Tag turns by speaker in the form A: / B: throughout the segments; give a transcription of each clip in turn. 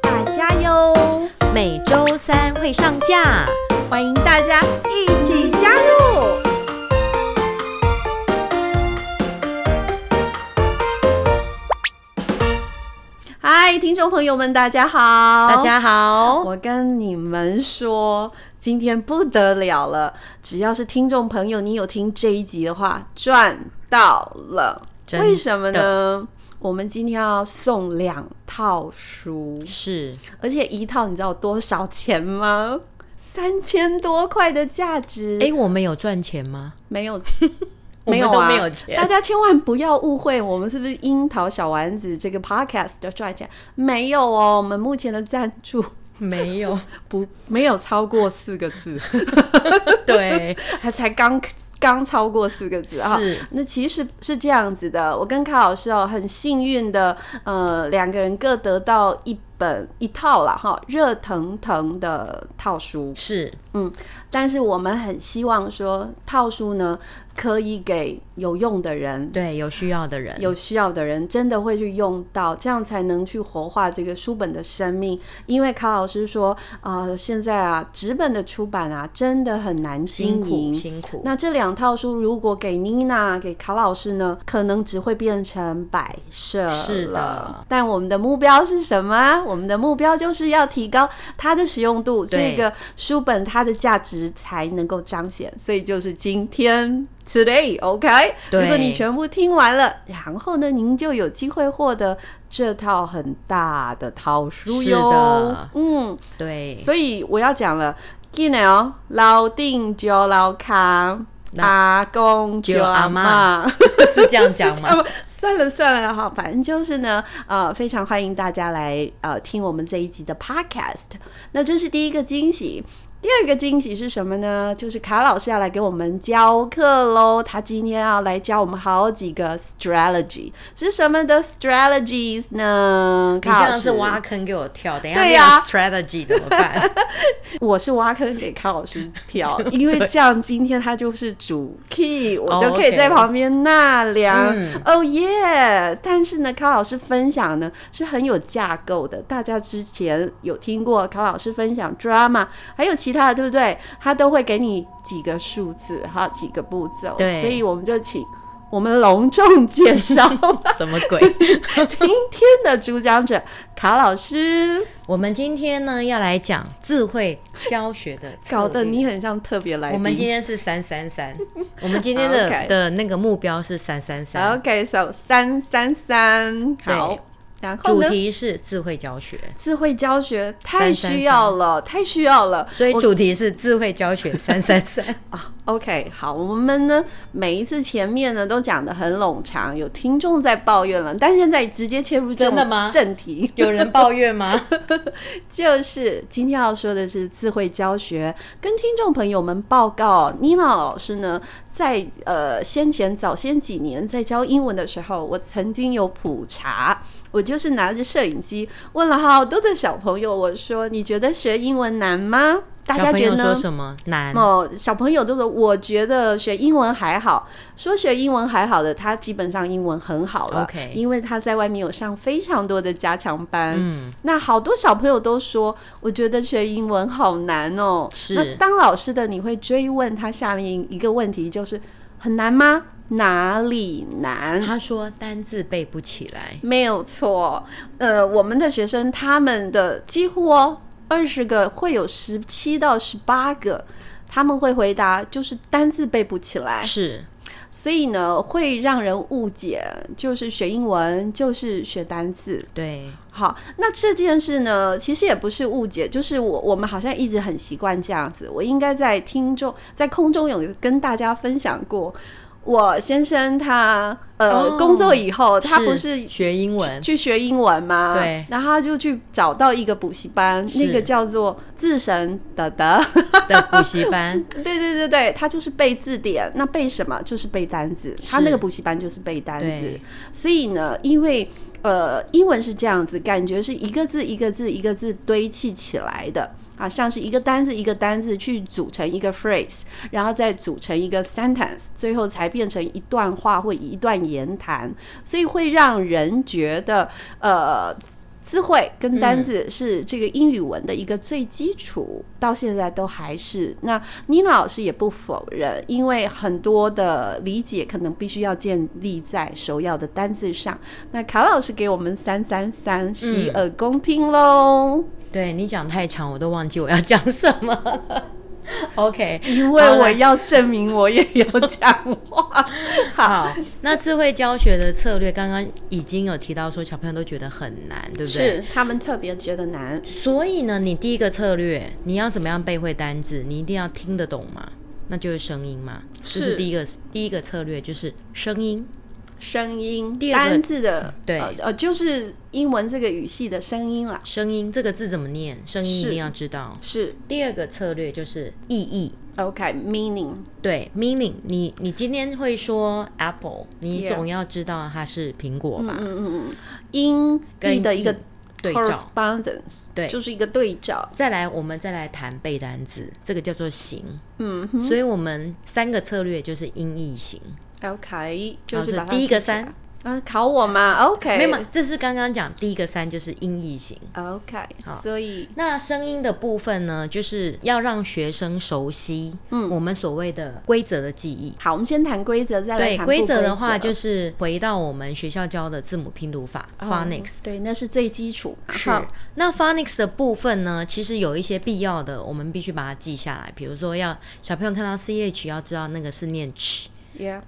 A: 大家哟，
B: 每周三会上架。
A: 欢迎大家一起加入。嗨，听众朋友们，大家好！
B: 大家好，
A: 我跟你们说，今天不得了了！只要是听众朋友，你有听这一集的话，赚到了。
B: 真的
A: 为什么呢？我们今天要送两套书，
B: 是
A: 而且一套你知道多少钱吗？三千多块的价值，
B: 哎，我们有赚钱吗？
A: 没有
B: 我们
A: 没有
B: 都
A: 啊，
B: 没有钱
A: 大家千万不要误会，我们是不是樱桃小丸子这个 podcast 的赚钱？没有哦，我们目前的赞助
B: 没有，
A: 不没有超过四个字，
B: 对，
A: 还才刚。刚超过四个字啊
B: 是，
A: 那其实是这样子的。我跟卡老师哦，很幸运的，呃，两个人各得到一本一套啦，哈，热腾腾的套书。
B: 是
A: 嗯，但是我们很希望说，套书呢可以给有用的人、
B: 对有需要的人，
A: 有需要的人，真的会去用到，这样才能去活化这个书本的生命。因为卡老师说，呃，现在啊，纸本的出版啊，真的很难经
B: 辛苦
A: 营。
B: 辛苦，
A: 那这两套书如果给妮娜、给卡老师呢，可能只会变成摆设
B: 是的
A: 了。但我们的目标是什么啊？我们的目标就是要提高它的使用度，
B: 对
A: 这个书本它的价值才能够彰显。所以就是今天 today，OK？、
B: 对
A: 如果你全部听完了，然后呢，您就有机会获得这套很大的套书
B: 是
A: 哟。
B: 的
A: 嗯，
B: 对，
A: 所以我要讲了，今年哦，老定就老康，
B: 老
A: 阿公就阿 妈，
B: 是这样讲吗？
A: 啊不算了算了哈，反正就是呢，呃，非常欢迎大家来呃听我们这一集的 podcast。那这是第一个惊喜。第二个惊喜是什么呢？就是卡老师要来给我们教课喽。他今天要来教我们好几个 strategy，是什么的 strategies 呢？
B: 你
A: 卡
B: 这
A: 老
B: 样是啊
A: 师
B: 挖坑给我跳，等一下
A: 对
B: 练
A: 呀
B: strategy 怎么办？
A: 我是挖坑给康老师跳，因为这样今天他就是主 key，我就可以在旁边纳凉
B: 哦嗯。
A: 哦耶！但是呢，康老师分享呢是很有架构的，大家之前有听过康老师分享 drama，还有其他的，对不对？他都会给你几个数字，哈，几个步骤。
B: 对
A: 所以我们就请我们隆重介绍
B: 什么 鬼？
A: 今天的主讲者卡老师，
B: 我们今天呢要来讲智慧教学的 策略
A: 搞得你很像特别来宾。
B: 我们今天是三 三三，我们今天的
A: OK
B: 的那个目标是三三三，
A: OK，so 三三三，好
B: 对，
A: 然后
B: 主
A: 呢？
B: 题是智慧教学，
A: 智慧教学太
B: 333
A: 需要了，太需要了。
B: 所以主题是智慧教学三三 三。
A: OK，好，我们呢每一次前面呢都讲的很冗长，有听众在抱怨了，但现在直接切入
B: 真的吗
A: 正题
B: 有人抱怨 吗？
A: 就是今天要说的是智慧教学，跟听众朋友们报告，妮娜老师呢在呃先前早先几年在教英文的时候，我曾经有普查。我就是拿着摄影机问了好多的小朋友，我说你觉得学英文难吗？大
B: 小
A: 家
B: 朋
A: 觉
B: 友
A: 得
B: 说
A: 呢？
B: 什么难？
A: 哦，小朋友都说，我觉得学英文还好。说学英文还好的，他基本上英文很好了
B: OK
A: 因为他在外面有上非常多的加强班。
B: 嗯，
A: 那好多小朋友都说，我觉得学英文好难哦。
B: 是
A: 那当老师的你会追问他下面一个问题，就是很难吗？哪里难？
B: 他说单字背不起来，
A: 没有错，呃，我们的学生他们的几乎哦，二十个会有十七到十八个，他们会回答就是单字背不起来，
B: 是
A: 所以呢会让人误解，就是学英文就是学单字。
B: 对，
A: 好，那这件事呢，其实也不是误解，就是我我们好像一直很习惯这样子。我应该在听众在空中有跟大家分享过，我先生他呃、
B: 哦
A: 工作以后，他不是
B: 是学 英文，
A: 去学英文吗？
B: 对
A: 然后他就去找到一个补习班，
B: 是
A: 那个叫做自神的的，
B: 的补习班
A: 对对对对，他就是背字典，那背什么就是背单字，他
B: 是
A: 那个补习班就是背单字
B: 对，
A: 所以呢，因为呃，英文是这样子，感觉是一个字一个字一个字堆砌起来的。啊，像是一个单字一个单字去组成一个 phrase，然后再组成一个 sentence，最后才变成一段话或一段言谈，所以会让人觉得，呃，词汇跟单字是这个英语文的一个最基础，到现在都还是。那妮娜老师也不否认，因为很多的理解可能必须要建立在首要的单字上。那卡老师给我们三三三洗耳恭听喽，
B: 对你讲太长，我都忘记我要讲什么了。OK，
A: 因为
B: 好
A: 我
B: 了
A: 要证明我也有讲 话。好，
B: 好，那智慧教学的策略刚刚已经有提到说，小朋友都觉得很难，对不对？
A: 是他们特别觉得难。
B: 所以呢，你第一个策略，你要怎么样背会单字？你一定要听得懂嘛，那就是声音嘛，
A: 是
B: 这是第一个第一个策略，就是声音。
A: 声音，
B: 第二个
A: 单字的
B: 对
A: 呃呃，就是英文这个语系的声音啦，
B: 声音这个字怎么念？声音一
A: 是
B: 定要知道。
A: 是
B: 第二个策略就是意义，
A: OK，meaning、
B: 对 meaning 你。你今天会说 apple，你
A: Yeah
B: 总要知道它是苹果吧？
A: 音
B: 跟
A: 译的一个
B: 意对照。
A: correspondence，
B: 对
A: 就是一个对照。
B: 再来，我们再来谈背单词，这个叫做形。嗯，所以我们三个策略就是音译形。
A: OK，就是
B: 是
A: 把它
B: 第一个
A: 记起来
B: 三。
A: 啊，考我吗？OK，
B: 没有，这是刚刚讲第一个三就是音译形。
A: OK，所以
B: 那声音的部分呢，就是要让学生熟悉，嗯，我们所谓的规则的记忆。
A: 好，我们先谈规则，再来
B: 对
A: 谈不
B: 规
A: 规
B: 则哦的话，就是是回到我们学校教的字母拼读法、p h o n i c
A: 哦
B: s
A: 对，那是最基础。
B: 是
A: 好，
B: 那 phonics 的部分呢，其实有一些必要的，我们必须把它记下来。比如说要，小朋友看到 ch 要知道那个是念 ch，sh
A: ，Yeah，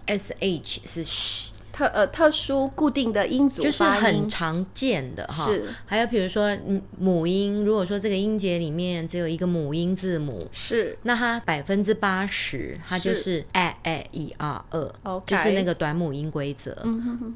B: 是 sh，
A: 特呃特殊固定的音组
B: 就是
A: 发音
B: 很常见的哈
A: 是。
B: 还有比如说嗯母音，如果说这个音节里面只有一个母音字母，
A: 是
B: 那它百分之八十，它就是是 a a e r 二，
A: OK 嗯
B: 就是那个短母音规则。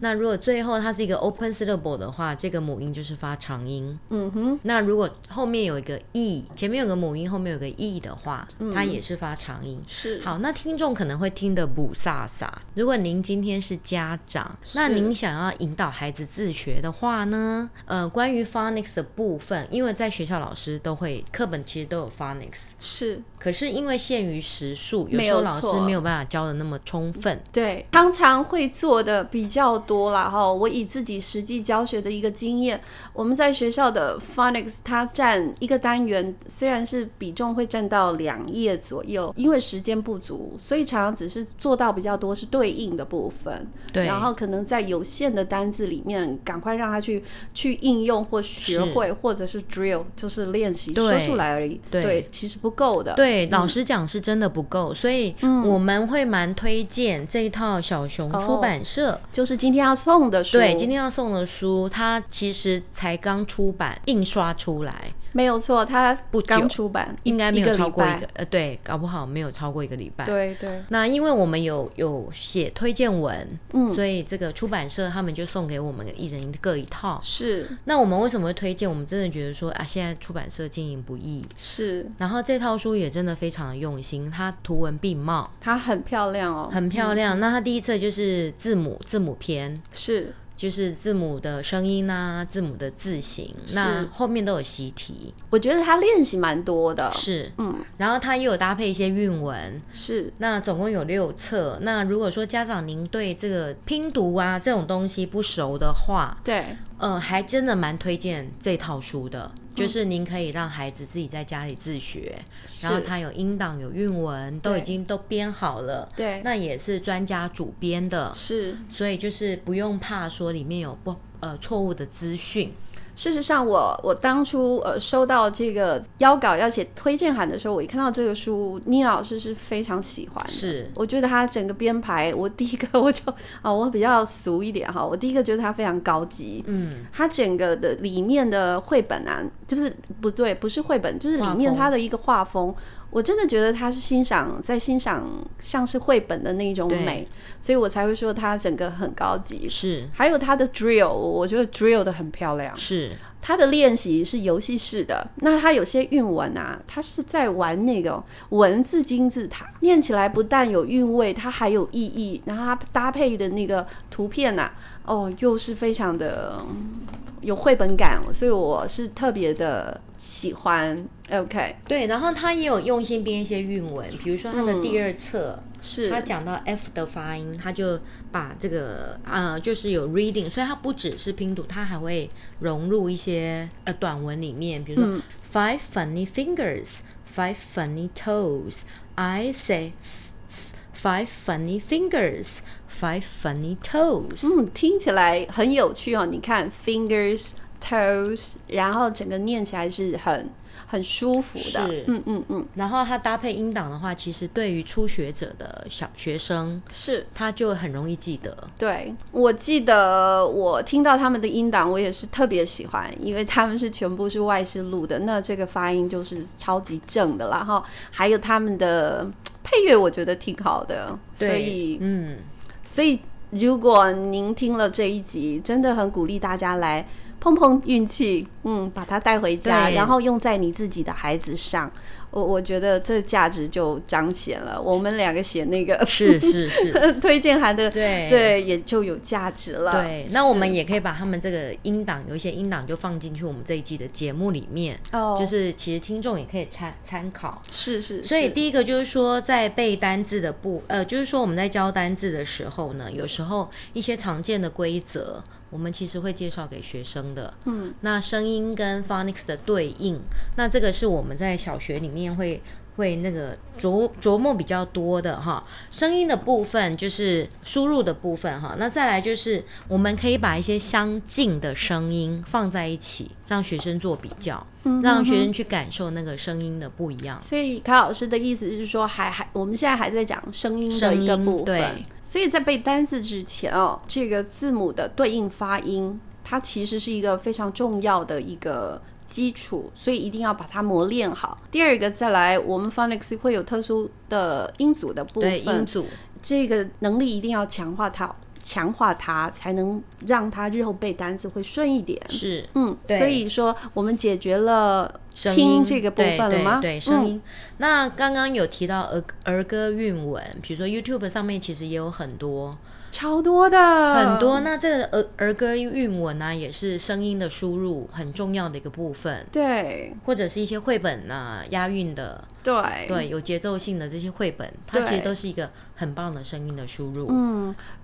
B: 那如果最后它是一个 open syllable 的话，这个母音就是发长音。嗯哼。那如果后面有一个 e，前面有个母音，后面有个 e 的话，
A: 嗯
B: 它也是发长音。
A: 是
B: 好，那听众可能会听得不飒飒。如果您今天是家长，那您想要引导孩子自学的话呢？呃，关于 phonics 的部分，因为在学校老师都会课本其实都有 phonics，
A: 是，
B: 可是因为限于时数，有
A: 没
B: 时候
A: 有
B: 老师
A: 错
B: 没有办法教的那么充分。
A: 对，常常会做的比较多啦哈。我以自己实际教学的一个经验，我们在学校的 phonics 它占一个单元，虽然是比重会占到两页左右，因为时间不足，所以常常只是做到比较多是对应的部分。
B: 对
A: 然后可能在有限的单字里面，赶快让他去去应用或学
B: 是
A: 会，或者是 drill，就是练习
B: 对
A: 说出来而已。
B: 对
A: 其实不够的。
B: 对，老师讲是真的不够，所以
A: 嗯
B: 我们会蛮推荐这一套小熊出版社。
A: 就是今天要送的书。
B: 对，今天要送的书，它其实才刚出版，印刷出来，
A: 没有错，它
B: 不久
A: 刚出版，
B: 应该没有超过一
A: 一
B: 个，
A: 礼拜
B: 呃，对，搞不好没有超过一个礼拜。
A: 对对，
B: 那因为我们有有写推荐文，所以这个出版社他们就送给我们一人各一套。
A: 是
B: 那我们为什么会推荐？我们真的觉得说啊，现在出版社经营不易，
A: 是，
B: 然后这套书也真的非常的用心，它图文并茂，
A: 它很漂亮哦，
B: 很漂亮。那它第一册就是字母字母篇，
A: 是
B: 就是字母的声音啊，字母的字形，那后面都有习题，
A: 我觉得它练习蛮多的，
B: 是嗯。然后它也有搭配一些韵文。
A: 是
B: 那总共有六册。那如果说家长您对这个拼读啊这种东西不熟的话，
A: 对，
B: 呃，还真的蛮推荐这套书的，就是您可以让孩子自己在家里自学，然后它有音档、有韵文，都已
A: 对
B: 经都编好了，
A: 对
B: 那也是专家主编的，
A: 是。
B: 所以就是不用怕说里面有不呃错误的资讯，
A: 事实上我，我当初呃收到这个邀稿要写推荐函的时候，我一看到这个书，倪老师是非常喜欢的。
B: 是
A: 我觉得他整个编排，我第一个我就啊、我比较俗一点哈，我第一个觉得他非常高级。嗯，他整个的里面的绘本啊，就是不对，不是绘本，就是里
B: 画
A: 面
B: 风
A: 他的一个画风，我真的觉得他是欣赏，在欣赏像是绘本的那一种
B: 对
A: 美，所以我才会说他整个很高级。
B: 是
A: 还有他的 drill，我觉得 drill 的很漂亮。
B: 是，
A: 他的练习是游戏式的，那他有些韵文啊，他是在玩那个文字金字塔，念起来不但有韵味，它还有意义。然后它搭配的那个图片呐、哦，又是非常的 嗯有绘本感，所以我是特别的喜欢。OK，
B: 对。然后他也有用心编一些韵文，比如说他的第二册。
A: 是
B: 他讲到 F 的发音，他就把这个呃，就是有 reading，所以他不只是拼读，他还会融入一些呃短文里面，比如
A: 嗯
B: 说、five funny fingers, five funny toes, I say f- f- five funny fingers, five funny toes，、
A: 嗯，听起来很有趣哦。你看，fingers toes，然后整个念起来是很很舒服的。
B: 是
A: 嗯嗯嗯，
B: 然后它搭配音档的话，其实对于初学者的小学生，
A: 是。
B: 他就很容易记得。
A: 对，我记得我听到他们的音档，我也是特别喜欢，因为他们是全部是外事录的，那这个发音就是超级正的啦哈。还有他们的嗯配乐，我觉得挺好的，所
B: 对
A: 以
B: 嗯，
A: 所以如果您听了这一集，真的很鼓励大家来。碰碰运气，嗯，把它带回家，
B: 对
A: 然后用在你自己的孩子上，我我觉得这价值就彰显了。我们两个写那个
B: 是是是，
A: 推荐函的
B: 对
A: 对，也就有价值了。
B: 对。那我们
A: 啊是
B: 也可以把他们这个音档，有一些音档就放进去我们这一季的节目里面，
A: 哦，
B: 就是其实听众也可以参参考。
A: 是是，
B: 所以
A: 是
B: 第一个就是说，在背单字的部，呃，就是说我们在教单字的时候呢，有时候一些常见的规则，我们其实会介绍给学生的。嗯，那声音跟 phonics 的对应，那这个是我们在小学里面会。会那个琢琢磨比较多的哈，声音的部分就是输入的部分哈，那再来就是我们可以把一些相近的声音放在一起，让学生做比较，
A: 嗯
B: 让学生去感受那个声音的不一样。
A: 所以卡老师的意思是说还，还我们现在还在讲声音的
B: 声
A: 一个
B: 音
A: 部分
B: 对，
A: 所以在背单词之前哦，这个字母的对应发音，它其实是一个非常重要的一个。基础，所以一定要把它磨练好。第二个，再来，我们 phonics 会有特殊的音组的部
B: 对
A: 分，嗯
B: 音组，
A: 这个能力一定要强化它，强化它才能让它日后背单词会顺一点。
B: 是
A: 嗯，
B: 对
A: 所以说我们解决了
B: 声
A: 听
B: 音
A: 这个部分了吗？
B: 对对对
A: 嗯
B: 声音。那刚刚有提到儿儿歌韵文，比如说 YouTube 上面其实也有很多、
A: 超多的，
B: 很多。那这个儿儿歌韵文呢、啊也是声音的输入很重要的一个部分，
A: 对
B: 或者是一些绘本呐、押韵的，
A: 对
B: 对，有节奏性的这些绘本，它其
A: 对嗯
B: 实都是一个很棒的声音的输入。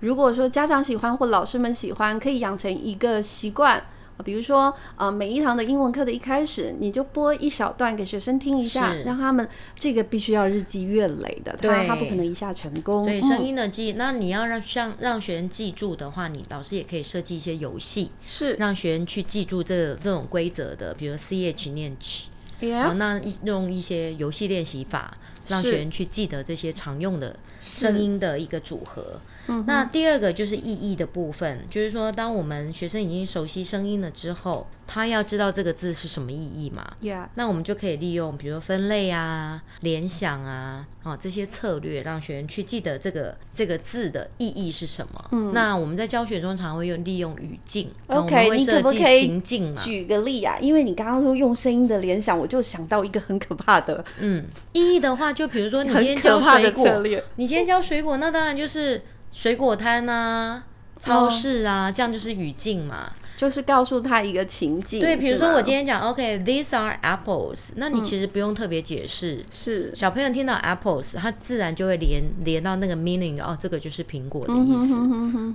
A: 如果说家长喜欢或老师们喜欢，可以养成一个习惯。呃比如说，呃，每一堂的英文课的一开始，你就播一小段给学生听一下，
B: 是
A: 让他们这个必须要日积月累的，他
B: 对
A: 他不可能一下成功。
B: 所以
A: 嗯
B: 声音的记，那你要让像让学生记住的话，你老师也可以设计一些游戏，
A: 是
B: 让学生去记住这这种规则的，比如 C H 念 ch，然后
A: Yeah，
B: 那一用一些游戏练习法，让
A: 是
B: 学员去记得这些常用的声音的一个组合。那第二个就是意义的部分，就是说，当我们学生已经熟悉声音了之后，他要知道这个字是什么意义嘛？
A: Yeah，
B: 那我们就可以利用，比如说分类啊、联想啊、哦这些策略，让学员去记得这个这个字的意义是什么。嗯，那我们在教学中常会用利用语境
A: OK，
B: 然后我们会
A: 你可
B: 设
A: 不
B: 计
A: 可以
B: 情境嘛。
A: 举个例啊，因为你刚刚说用声音的联想，我就想到一个很可怕的，
B: 嗯，意义的话，就比如说你今
A: 很
B: 天
A: 可
B: 教
A: 怕
B: 水
A: 的策
B: 果，
A: 略。
B: 你今天教水果，那当然就是水果摊啊、超市
A: 哦
B: 啊，这样就是语境嘛。
A: 就是告诉他一个情境。
B: 对，比如说我今
A: 天
B: 天讲 OK，these、are apples，那
A: 嗯
B: 你其实不用特别解释。
A: 是
B: 小朋友听到 apples，他自然就会连连到那个 meaning，哦，这个就是苹
A: 嗯
B: 果的意思。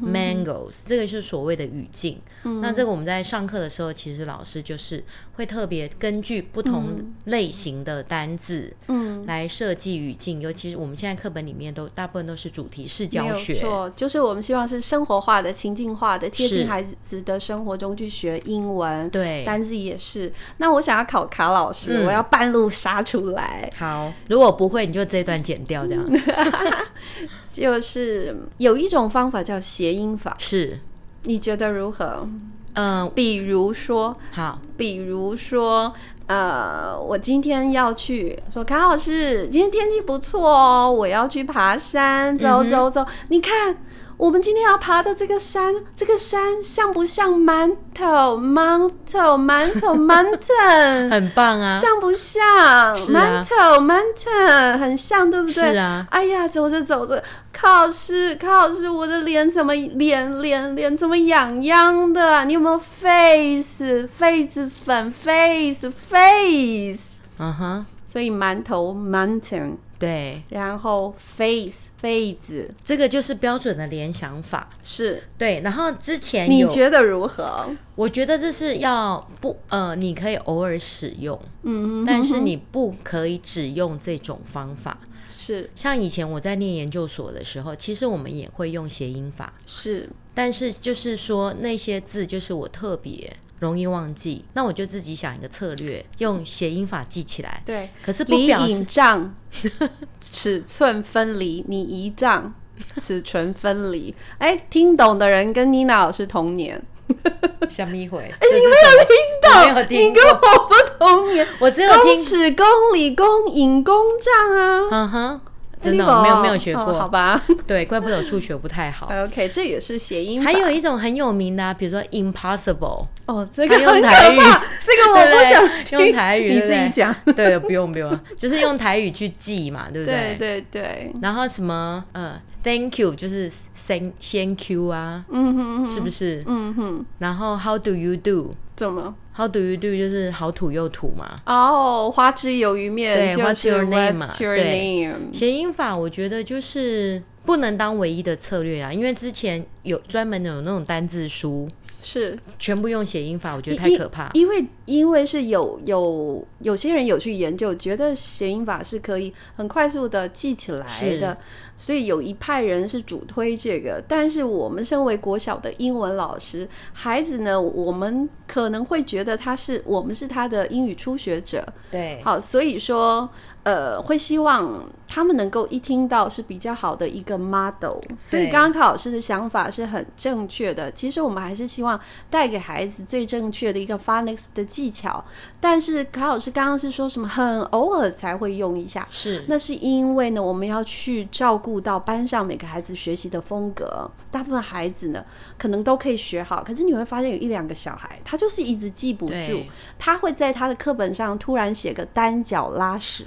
B: mangoes，这个是所谓的语境。
A: 嗯
B: 那这个我们在上课的时候，其实老师就是会特别根据不
A: 嗯
B: 同类型的单字，嗯，来设计语境。尤其是我们现在课本里面都大部分都是主题式
A: 没
B: 教
A: 有
B: 学，
A: 错，就是我们希望是生活化的、情境化的，贴近
B: 是
A: 孩子的生活中去学英文。
B: 对。
A: 单字也是。那我想要考卡老师，
B: 嗯
A: 我要半路杀出来。
B: 好，如果不会，你就这段剪掉，这样
A: 嗯就是有一种方法叫谐音法，
B: 是
A: 你觉得如何？
B: 嗯、
A: 比如说，
B: 好，
A: 比如说，呃，我今天要去说，卡老师，今天天气不错哦，我要去爬山，走走走。你看，我们今天要爬的这个山，这个山像不像馒头？馒头，馒头，mountain，
B: 很棒啊，
A: 像不像？
B: 是啊
A: 馒头，mountain，很像，对不对？
B: 是啊
A: 哎呀，走着走着，考试考试，我的脸怎么脸脸脸怎么痒痒的啊？你有没有 face face 粉 face face？
B: 嗯哼，
A: 所以馒头 mountain，
B: 对，
A: 然后 face 痱子
B: 这个就是标准的联想法。
A: 是，
B: 对，然后之前
A: 你
B: 有，
A: 觉得如何？
B: 我觉得这是要不呃，你可以偶尔使用，嗯，但是你不可以只用这种方法。
A: 是
B: 像以前我在念研究所的时候，其实我们也会用谐音法，
A: 是
B: 但是就是说那些字就是我特别容易忘记，那我就自己想一个策略，用谐音法记起来。
A: 对，
B: 可是不
A: 离
B: 表
A: 影
B: 示
A: 丈 尺寸分离，你一丈尺寸分离。哎，听懂的人跟妮娜老师同年，
B: 什么一 回？哎、你没有听到？没有
A: 你
B: 听
A: 跟
B: 过，
A: 我不同年。
B: 我只有
A: 公
B: 听，
A: 尺、公里、公引、公丈啊，
B: 嗯哼，真的
A: 哎你
B: 哦没有
A: 哦
B: 没有学
A: 哦好
B: 过，
A: 吧
B: 对，怪不得我数学不太好。
A: ？OK，这也是谐音法。
B: 还有一种很有名的、啊，比如说 impossible，
A: 哦，这个
B: 还用
A: 很可
B: 台语
A: 怕，这个我
B: 对
A: 不
B: 对
A: 想听。
B: 用台语，
A: 你
B: 对不
A: 自
B: 对
A: 己讲。
B: 对，不用不用， 就是用台语去记嘛，对不
A: 对对对，
B: 然后什么呃，Thank you 就是先先 Q 啊，嗯哼是不是？嗯哼。然后 How do you do？How
A: 怎么？
B: do you do 就是好土又土嘛。
A: 哦，花枝鱿鱼面
B: 对
A: 就
B: What's
A: 是
B: your name 嘛
A: What's your
B: 对
A: name？
B: 谐音法我觉得就是不能当唯一的策略啊，因为之前有专门有那种单字书，
A: 是
B: 全部用谐音法，我觉得
A: 因
B: 太可怕。
A: 因为因为是有有有些人有去研究，觉得谐音法是可以很快速的记起来的，所以有一派人是主推这个。但是我们身为国小的英文老师，孩子呢，我们可能会觉得他是我们是他的英语初学者，
B: 对，
A: 好，所以说呃，会希望他们能够一听到是比较好的一个 model。所以
B: 对
A: 刚刚考老师的想法是很正确的。其实我们还是希望带给孩子最正确的一个 phonics 的技巧。但是考老师刚刚是说什么很偶尔才会用一下，
B: 是
A: 那是因为呢，我们要去照顾到班上每个孩子学习的风格。大部分孩子呢，可能都可以学好，可是你会发现有一两个小孩，他就是一直记不住
B: 对，
A: 他会在他的课本上突然写个单脚拉屎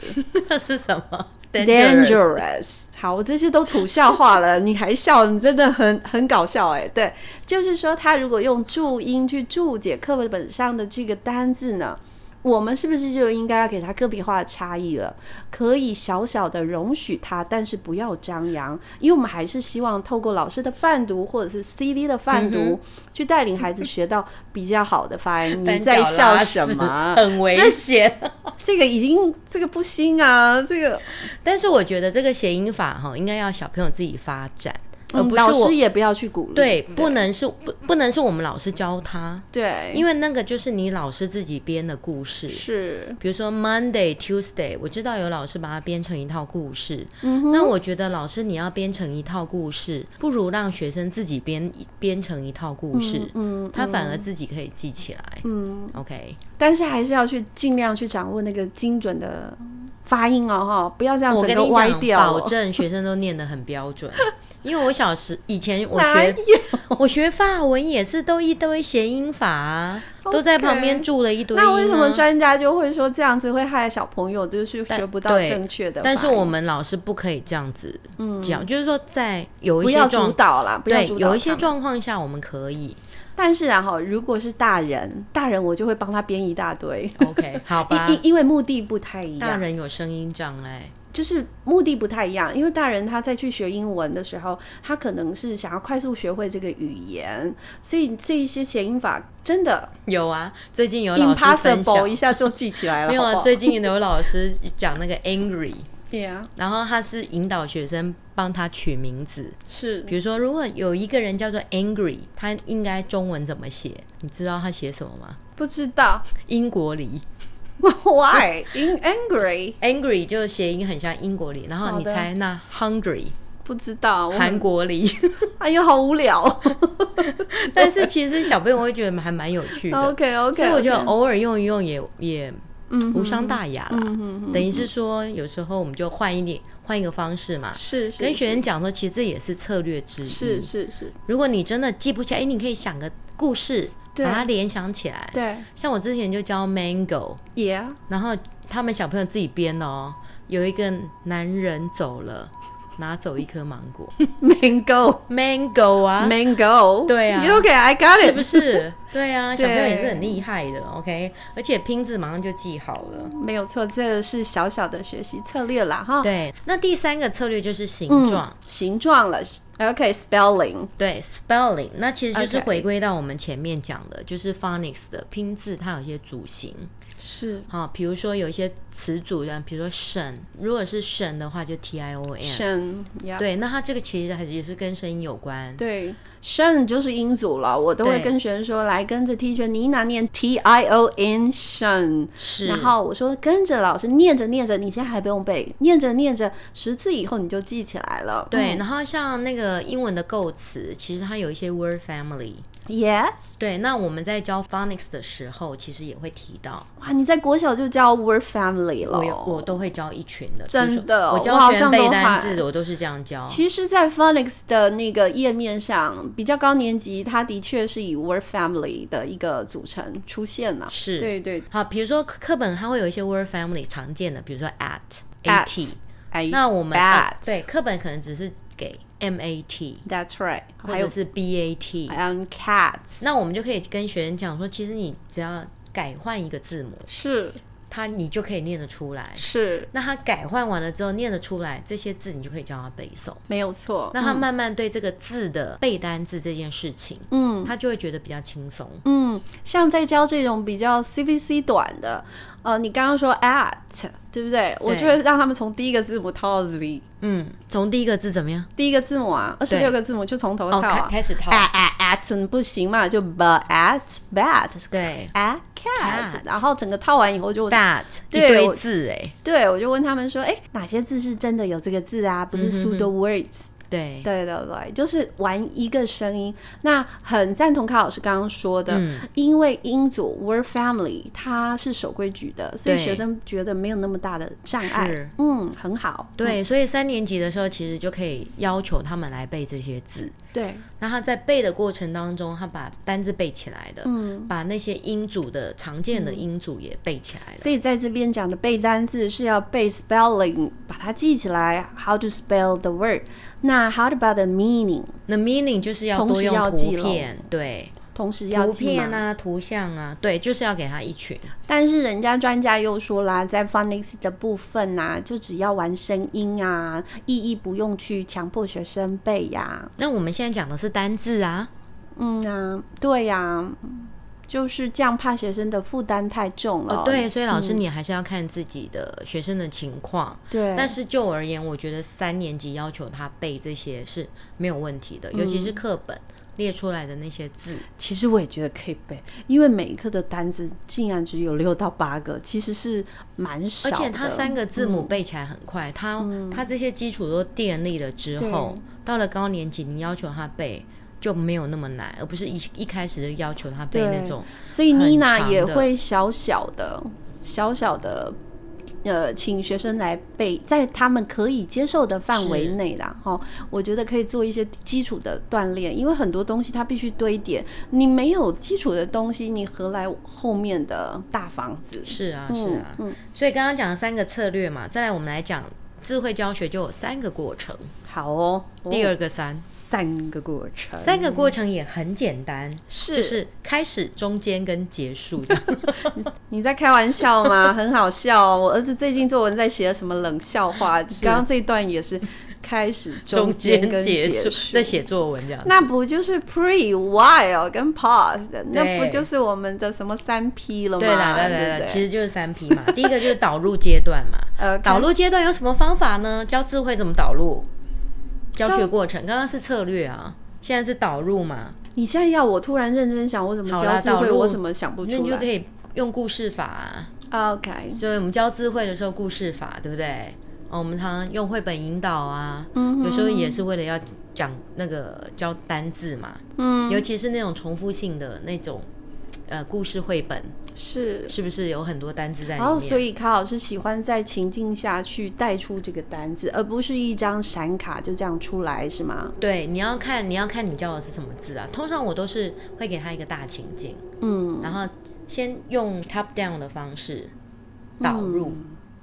B: 那是什么
A: ，dangerous。好，我这些都土笑话了，你还笑，你真的很很搞笑哎、对，就是说他如果用注音去注解课本上的这个单字呢。我们是不是就应该要给他个别化的差异了？可以小小的容许他，但是不要张扬，因为我们还是希望透过老师的泛读或者是 CD 的泛读，去带领孩子学到比较好的发 音。你在笑什么？
B: 很危险。
A: 这个已经这个不行啊，这个
B: 但是我觉得这个谐音法哈，应该要小朋友自己发展，
A: 嗯
B: 而呃不是
A: 老
B: 我
A: 师也不要去鼓励。
B: 对，不能是不不能是我们老师教他，
A: 对，
B: 因
A: 为
B: 为那个就是你老师自己编的故事。
A: 是
B: 比如说 Monday、Tuesday，我知道有老师把它编成一套故事。
A: 嗯
B: 那我觉得老师你要编成一套故事，不如让学生自己编编成一套故事，
A: 嗯，
B: 他反而自己可以记起来。嗯，OK，
A: 但是还是要去尽量去掌握那个精准的发音哦，哈，不要这样
B: 我
A: 整
B: 跟
A: 个
B: 你
A: 歪
B: 讲，
A: 掉
B: 保
A: 哦。
B: 证学生都念得很标准。因为我小时以前我
A: 哪
B: 学
A: 有？
B: 我学法文也是都一堆谐音法、啊，都在旁边
A: OK
B: 注了一堆、音
A: 那为什么
B: 啊
A: 专家就会说这样子会害小朋友就是学不到
B: 对
A: 正确的发音？
B: 但是我们老师不可以这样子讲，就是说在有一
A: 不
B: 些
A: 要主
B: 状
A: 导啦，不要
B: 对
A: 主导
B: 有一
A: 他
B: 些
A: 们
B: 状况下我们可以
A: 但是啊哈，如果是大人，大人我就会帮他编一大堆，
B: OK 好吧
A: 因？因因为目的不太一
B: 大
A: 样，
B: 人有声音障碍，
A: 就是目的不太一样。因为大人他在去学英文的时候，他可能是想要快速学会这个语言，所以这一些谐音法真的
B: 有啊，最近有老师分
A: impossible 一
B: 享，
A: 下就记起来了，
B: 没有
A: 好不
B: 啊，
A: 好
B: 最近有老师讲那个 angry，
A: 对啊，
B: 然后他是引导学生帮他取名字，
A: 是
B: 比如说如果有一个人叫做 angry，他应该中文怎么写？你知道他写什么吗？
A: 不知道
B: 英国梨
A: why in angry
B: angry 就谐音很像英国梨，然后
A: 好
B: 你
A: 的
B: 猜那 hungry
A: 不知道，我
B: 韩 国里，
A: 哎呀，好无聊。
B: 但是其实小朋友会觉得还蛮有 趣的。
A: OK 哦 OK，嗯
B: 所以我觉得偶尔用一用也也无伤大雅啦。等于是说，有时候我们就换一点，换一个方式嘛。
A: 是是
B: 跟学生讲说，其实这也是策略之一。
A: 是是是，
B: 如果你真的记不起来，哎、你可以想个故事，
A: 对
B: 把它联想起来。
A: 对
B: 像我之前就教 Mango，
A: ，Yeah，
B: 然后他们小朋友自己编的哦，有一个男人走了，拿走一颗芒 果
A: mango
B: ，Mango 啊，
A: mango，
B: 对啊
A: OK，I got
B: 是不
A: it，
B: 是？对啊，
A: 对
B: 小朋友也是很厉害的，OK，而哦且拼字马上就记好了。
A: 没有错，这是小小的学习策略啦哈。
B: 对，那第三个策略就是形
A: 哦嗯，
B: 状，
A: 形状了，OK，spelling，
B: 对 spelling，那其实就是
A: OK
B: 回归到我们前面讲的，就是 phonics 的拼字，它有一些组型。
A: 是
B: 好，比如说有一些词组，像比如说省，如果是省的话，就 T I O N。
A: 声，Yeah，
B: 对，那它这个其实还是也是跟声音有关。
A: 对，声就是音组了，我都会
B: 对
A: 跟学生说，来跟着 teacher 妮娜念 T I O N 声。
B: 是
A: 然后我说跟着老师念着念着，你现在还不用背，念着念着十次以后你就记起来了。嗯
B: 对，然后像那个英文的构词，其实它有一些 word family。
A: 嗯，Yes，
B: 对，那我们在教 phonics 的时候，其实也会提到，
A: 哇，你在国小就教 word family 了。
B: 我有我都会教一群的。比如
A: 哦真
B: 说
A: 的
B: 我
A: 我
B: 教
A: 好
B: 学
A: 像
B: 生背
A: 都
B: 单
A: 还
B: 字，我都是这样教。
A: 其实，在 Phonics 的那个页面上，比较高年级，它的确是以 word family 的一个组成出现了。
B: 是
A: 对对
B: 好，比如说课本它会有一些 word family 常见的，比如说 at、
A: At
B: at。
A: 哎
B: 那我们呃
A: bat，、
B: 对课本可能只是给 MAT
A: ，That's right，
B: 或
A: 还有
B: 者是 BAT，
A: and cats，
B: 那我们就可以跟学生讲说，其实你只要改换一个字母，
A: 是
B: 它你就可以念得出来。
A: 是
B: 那他改换完了之后念得出来这些字，你就可以教他背诵。
A: 没有错。
B: 那他慢慢对这个字的背单字这件事情，嗯，他就会觉得比较轻松。
A: 嗯，像在教这种比较 CVC 短的，呃，你刚刚说 at，对不对？我就会让他们从第一个字母套到 z，
B: 嗯，从第一个字怎么样？
A: 第一个字母啊，二十
B: 对
A: 六个字母就从头
B: 哦，
A: 套
B: 开
A: 啊。
B: 开始套。
A: at at at 嗯不行嘛，就 b at bat
B: 对
A: at cat，
B: Cat
A: 然后整个套完以后就
B: that 一
A: 对
B: 堆
A: 我
B: 字哎，
A: 对我就问他们说，哎，哪些字是真的有这个字啊？
B: 嗯
A: 不是 pseudo words。
B: 对
A: 对对对，就是玩一个声音。那很赞同卡老师刚刚说的，
B: 嗯
A: 因为英组 word family 它是守规矩的，所以
B: 对
A: 学生觉得没有那么大的障
B: 是
A: 碍。嗯，很好。
B: 对，所以三年级的时候其实就可以要求他们来背这些字。
A: 对，
B: 那他在背的过程当中，他把单字背起来了，
A: 嗯
B: 把那些音组的常见的音组也背起来了。
A: 所以在这边讲的背单字是要背 spelling，把它记起来，how to spell the word。那 how about the meaning？
B: 那 meaning 就是要
A: 同
B: 多
A: 时
B: 用
A: 要
B: 图
A: 记咯
B: 片，对，
A: 同时要
B: 图
A: 记
B: 片
A: 嘛。
B: 啊、图像啊，对，就是要给他一群。啊
A: 但是人家专家又说啦，在 phonics 的部分呐、就只要玩声音啊，意义不用去强迫学生背呀、
B: 那我们现在讲的是单字啊，
A: 嗯啊，对呀、就是这样，怕学生的负担太重了。
B: 哦，对，所以
A: 嗯
B: 老师你还是要看自己的学生的情况。
A: 对，
B: 但是就我而言，我觉得三年级要求他背这些是没有问题的，尤其是
A: 嗯
B: 课本列出来的那些字。
A: 其实我也觉得可以背，因为每一课的单子竟然只有六到八个，其实是蛮少
B: 而
A: 的。嗯
B: 且它三个字母背起来很快，它它这些基础都建立了之后
A: 对，
B: 到了高年级，你要求他背就没有那么难，而不是一一开始就要求他背
A: 对
B: 那种。
A: 所以
B: 很
A: 妮娜
B: 长
A: 也
B: 的
A: 会小小的、小小的，呃，请学生来背，在他们可以接受的范围
B: 是
A: 内啦。哈，我觉得可以做一些基础的锻炼，因为很多东西它必须堆叠，你没有基础的东西，你何来后面的大房子？
B: 是啊，
A: 嗯
B: 是啊。
A: 嗯，
B: 所以刚刚讲的三个策略嘛，再来我们来讲智慧教学就有三个过程，
A: 好哦。
B: 第
A: 哦
B: 二个三，
A: 三个过程，
B: 三个过程也很简单，
A: 是
B: 就是开始、中间跟 结束。
A: 你在开玩笑吗？ 很好笑哦、我儿子最近作文在写什么冷笑话，刚刚这一段也是开始、中间跟
B: 结
A: 束，
B: 在写作文这样。
A: 那不就是 pre、while 跟 pause，那不
B: 对
A: 就是我们的什么三 P 了吗？
B: 对啦，对啦
A: 对
B: 对啦，
A: 不
B: 其实就是三 P 嘛。第一个就是导入阶段嘛，
A: 呃，
B: 导入阶段有什么方法呢？教智慧怎么导入？教学过程，刚刚是策略啊，现在是导入嘛，
A: 你现在要我突然认真想，我怎么
B: 好
A: 教
B: 啦
A: 智
B: 导
A: 慧，
B: 入
A: 我怎么想不
B: 那
A: 出
B: 你就可
A: 来
B: 以用故事法、啊。
A: ？OK，
B: 所以我们教智慧的时候，故事法，对不对？哦，我们常常用绘本引导啊，嗯、有时候也是为了要讲那个教单字嘛，嗯，尤其是那种重复性的那种呃故事绘本，
A: 是。
B: 是不是有很多单字在
A: 然
B: 里面？
A: 后，哦所以卡老师喜欢在情境下去带出这个单字，而不是一张闪卡就这样出来，是吗？
B: 对，你要看你要看你教的是什么字啊。通常我都是会给他一个大情境，
A: 嗯，
B: 然后先用 top down 的方式
A: 嗯
B: 导入，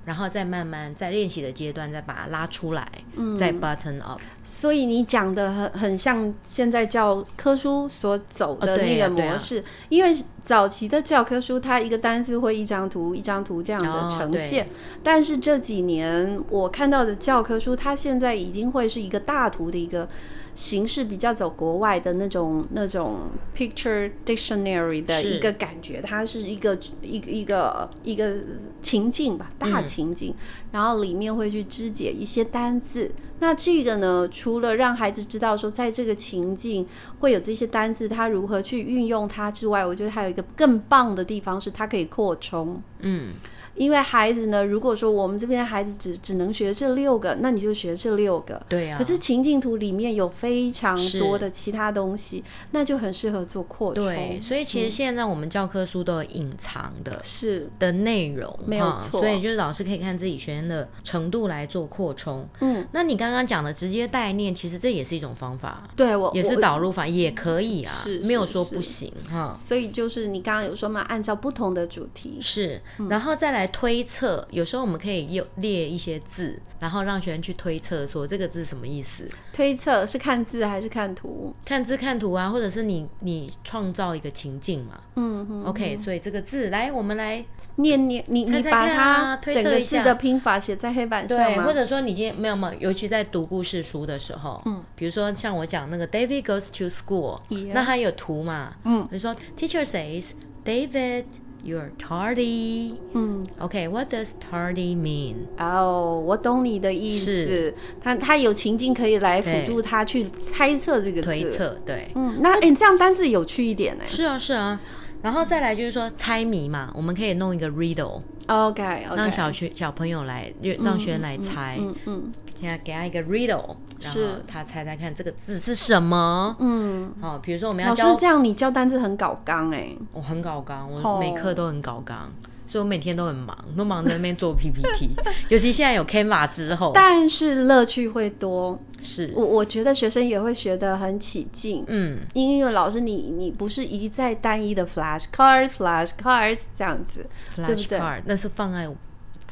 B: 然后再慢慢在练习的阶段再把它拉出来，
A: 嗯
B: 再 button up。
A: 所以你讲的很很像现在教科书所走的
B: 哦对
A: 那个
B: 啊对啊
A: 模式，因为早期的教科书它一个单字会一张图一张图这样的
B: 哦
A: 呈
B: 对
A: 现，但是这几年我看到的教科书，它现在已经会是一个大图的一个形式，比较走国外的那种那种 picture dictionary 的
B: 是
A: 一个感觉，它是一个一个一个一个情境吧，大情境。然后里面会去肢解一些单字。那这个呢，除了让孩子知道说在这个情境会有这些单字，他如何去运用它之外，我觉得还有一个更棒的地方是，它可以扩充。
B: 嗯，
A: 因为孩子呢，如果说我们这边的孩子只只能学这六个，那你就学这六个。
B: 对啊。
A: 可是情境图里面有非常
B: 是
A: 多的其他东西，那就很适合做扩充。
B: 对，所以
A: 嗯
B: 其实现在我们教科书都有隐藏的。
A: 是
B: 的内容
A: 没有
B: 哈
A: 错
B: 所以就是老师可以看自己学生的程度来做扩充。
A: 嗯，
B: 那你刚刚讲的直接代念，其实这也是一种方法，
A: 对我
B: 也是
A: 我
B: 导入法，也可以啊，
A: 是
B: 没有
A: 是
B: 说
A: 是
B: 不行哈。
A: 所以就是你刚刚有说嘛，按照不同的主题，
B: 是，然后再来推测，有时候我们可以有列一些字，然后让学生去推测说这个字什么意思，
A: 推测是看字还是看图？
B: 看字看图啊，或者是你你创造一个情境嘛。
A: 嗯哼，
B: OK，所以这个字来，我们来
A: 念念你
B: 猜
A: 你
B: 猜
A: 把
B: 看啊
A: 它
B: 推
A: 整
B: 测
A: 个
B: 一
A: 字
B: 下
A: 的拼法写在黑板上
B: 对，
A: 吗？
B: 或者说你今天没有没有，尤其在读故事书的时候，嗯，比如说像我讲那个 David goes to school，、
A: Yeah
B: 那它有图嘛，嗯，就说 Teacher says David you're tardy，
A: 嗯，
B: OK，what、does tardy mean？
A: 哦，我懂你的意思
B: 是。
A: 他他有情境可以来辅
B: 对
A: 助他去猜测这个字
B: 推。测，对，
A: 嗯，那哎，你这样单字有趣一点呢。
B: 是啊是啊。然后再来就是说猜谜嘛，我们可以弄一个 riddle，
A: OK
B: 让
A: OK，
B: 小学小朋友来，让学生来猜。
A: 嗯嗯
B: 现在给他一个 riddle，然后
A: 是
B: 他猜猜看这个字是什么。
A: 嗯，
B: 好、比如说我们要
A: 老师
B: 教
A: 这样你教单字很搞纲哎。
B: 我很搞纲，
A: 哦
B: 我每课都很搞纲，所以我每天都很忙，都忙着那边 做 PPT。尤其现在有 Canva 之后，
A: 但是乐趣会多，
B: 是
A: 我我觉得学生也会学得很起劲。
B: 嗯，
A: 因为老师你，你不是一再单一的 flash card flash cards 这样子，对不
B: Flash
A: 对嗯
B: Card 那是放在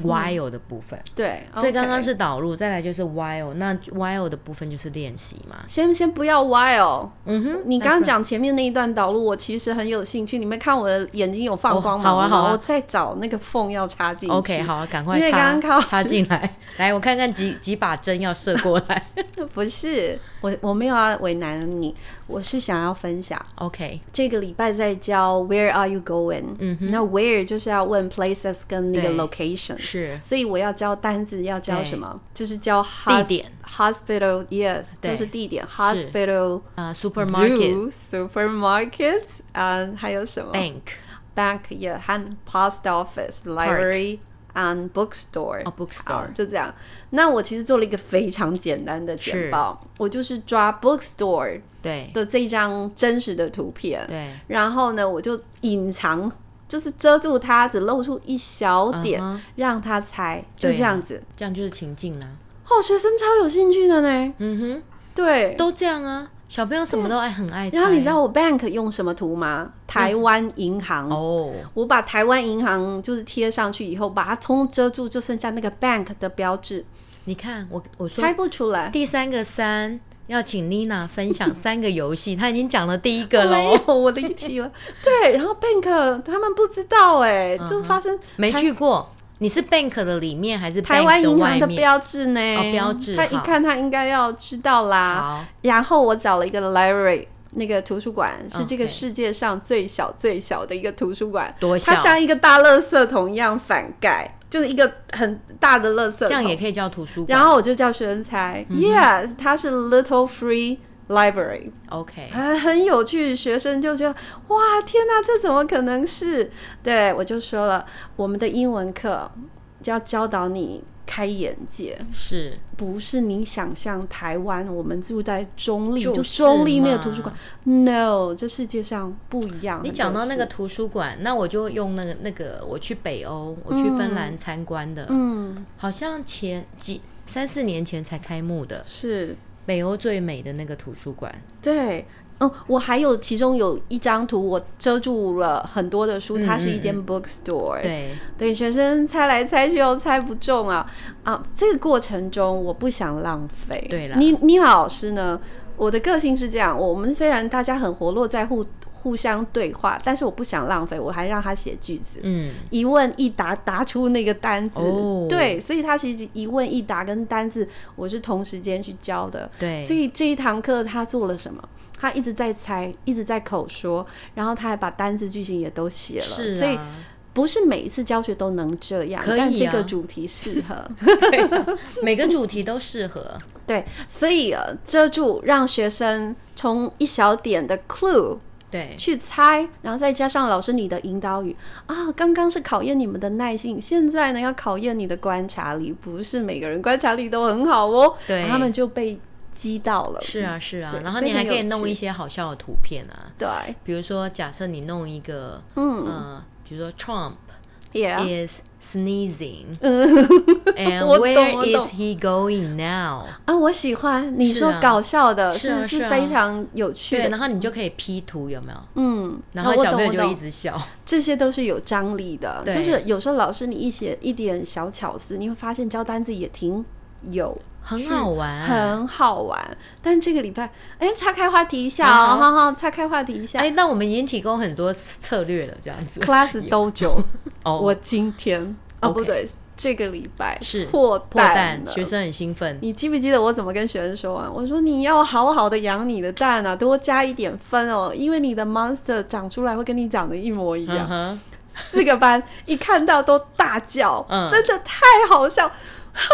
B: while 的部分。
A: 对。
B: 所以刚刚
A: OK
B: 是导入，再来就是 while，那 while 的部分就是练习嘛。
A: 先先不要 while，
B: 嗯哼，
A: 你刚刚讲前面那一段导入，我其实很有兴趣。你们看我的眼睛有放
B: 哦
A: 光芒
B: 好
A: 吗？
B: 啊好啊
A: 我再找那个缝要插进去。
B: OK，好，啊赶快
A: 因为
B: 插
A: 刚刚靠
B: 插进来， 来，我看看几几把针要射过来。
A: 不是我我没有要为难你，我是想要分享。
B: OK，
A: 这个礼拜在教 Where are you going？嗯哼，那 Where 就是要问 places 跟那个
B: 对
A: location
B: 是
A: 所以我要教单字要教
B: 对
A: 什么？就是教 hos,
B: 地点
A: hospital yes，
B: 对
A: 就是地点 hospital
B: 啊、s u p e r m a r k e t
A: zoo, supermarket，嗯，还有什么
B: bank，
A: bank yeah，和 post office library。and bookstore，
B: 哦，bookstore
A: 好就这样。那我其实做了一个非常简单的简
B: 是
A: 报，我就是抓 bookstore
B: 对
A: 的这张真实的图片，
B: 对，
A: 然后呢，我就隐藏，就是遮住它，只露出一小点
B: 嗯哼
A: 让他猜，就
B: 对啊
A: 这样子。
B: 这样就是情境啦、
A: 哦，学生超有兴趣的呢。
B: 嗯哼，
A: 对，
B: 都这样啊，小朋友什么都爱很爱猜。
A: 然后你知道我 bank 用什么图吗？台湾银行。
B: 哦，
A: 我把台湾银行就是贴上去以后，把它通通遮住，就剩下那个 bank 的标志，
B: 你看我我说
A: 猜不出 来。
B: 第三个三要请 Nina 分享三个游戏，她已经讲了第一个
A: 没
B: 喽，
A: 有，我离题了。对，然后 bank 他们不知道哎、
B: 嗯
A: 就发生
B: 没去过。你是 bank 的里面还是 bank
A: 台湾银行
B: 外
A: 的
B: 面？
A: 标志呢？
B: 哦标志
A: 他一
B: 好
A: 看他应该要知道啦
B: 好。
A: 然后我找了一个 library。那个图书馆是这个
B: 嗯 OK
A: 世界上最小最小的一个图书馆，
B: 多
A: 它
B: 小
A: 像一个大垃圾桶一样反盖，就是一个很大的垃圾
B: 这样
A: 桶
B: 也。嗯可以叫图书馆。
A: 然后我就叫学生猜、y e s 它是 Little Free Library，
B: OK，
A: 啊，很有趣，学生就觉得哇，天哪，这怎么可能是？对我就说了，我们的英文课就要教导你开眼界，
B: 是
A: 不是你想象台湾我们住在中立，就
B: 就是
A: 中立那个
B: 嘛
A: 图书馆，no，这世界上不一样。
B: 你讲到那个图书馆，那我就用那个那个我去北欧，我去芬兰参观的，
A: 嗯，
B: 好像前几三四年前才开幕的
A: 是
B: 北欧最美的那个图书馆，
A: 对。哦，我还有其中有一张图，我遮住了很多的书，它是一间 bookstore，、
B: 嗯对，
A: 对学生猜来猜去又猜不中啊啊！这个过程中我不想浪费。
B: 对啦
A: 你你老师呢？我的个性是这样，我们虽然大家很活络在互互相对话，但是我不想浪费，我还让他写句子。
B: 嗯，
A: 一问一答，答出那个单字
B: 哦
A: 对，所以他其实一问一答跟单字我是同时间去教的，
B: 对
A: 所以这一堂课他做了什么？他一直在猜，一直在口说，然后他还把单字句型也都写了，
B: 是啊，
A: 所以不是每一次教学都能这样，
B: 可以啊
A: 但这个主题适合。
B: 每个主题都适合，
A: 对，所以、呃、遮住让学生从一小点的 clue
B: 对，
A: 去猜，然后再加上老师你的引导语啊，刚刚是考验你们的耐性，现在呢要考验你的观察力，不是每个人观察力都很好哦，
B: 对
A: 他们就被激到了。
B: 是啊，是啊
A: 对，
B: 然后
A: 所以
B: 你还
A: 很
B: 可以
A: 有
B: 弄
A: 趣
B: 一些好笑的图片啊，
A: 对
B: 比如说假设你弄一个，嗯、呃，比如说 Trump
A: ，Yeah，
B: is sneezing，and
A: 啊我懂我
B: where
A: 懂
B: is he going now？
A: 啊，我喜欢你说
B: 是啊
A: 搞笑的，
B: 是啊
A: 是
B: 是啊
A: 非常有趣
B: 对，
A: 的，
B: 然后你就可以 P 图，有没有？
A: 嗯，
B: 然
A: 啊
B: 后
A: 我
B: 小
A: 懂
B: 朋友
A: 我
B: 就
A: 懂
B: 一直笑，
A: 这些都是有张力的，
B: 对
A: 就是有时候老师你一写一点小巧思，你会发现教单字也挺有。
B: 很好玩。
A: 很好玩，但这个礼拜，哎，岔开话题一下
B: 好
A: 哦，
B: 好
A: 哈哈，岔开话题一下
B: 啊哎，那我们已经提供很多策略了，这样子。
A: ，class 都久，
B: 哦，
A: 我今天啊，
B: OK
A: 不对，这个礼拜
B: 是
A: 破
B: 破蛋，
A: 了
B: 学生很兴奋。
A: 你记不记得我怎么跟学生说啊？我说你要好好的养你的蛋啊，多加一点分哦，因为你的 monster 长出来会跟你长得一模一样
B: 嗯。哼，
A: 四个班一看到都大叫，
B: 嗯
A: 真的太好笑，好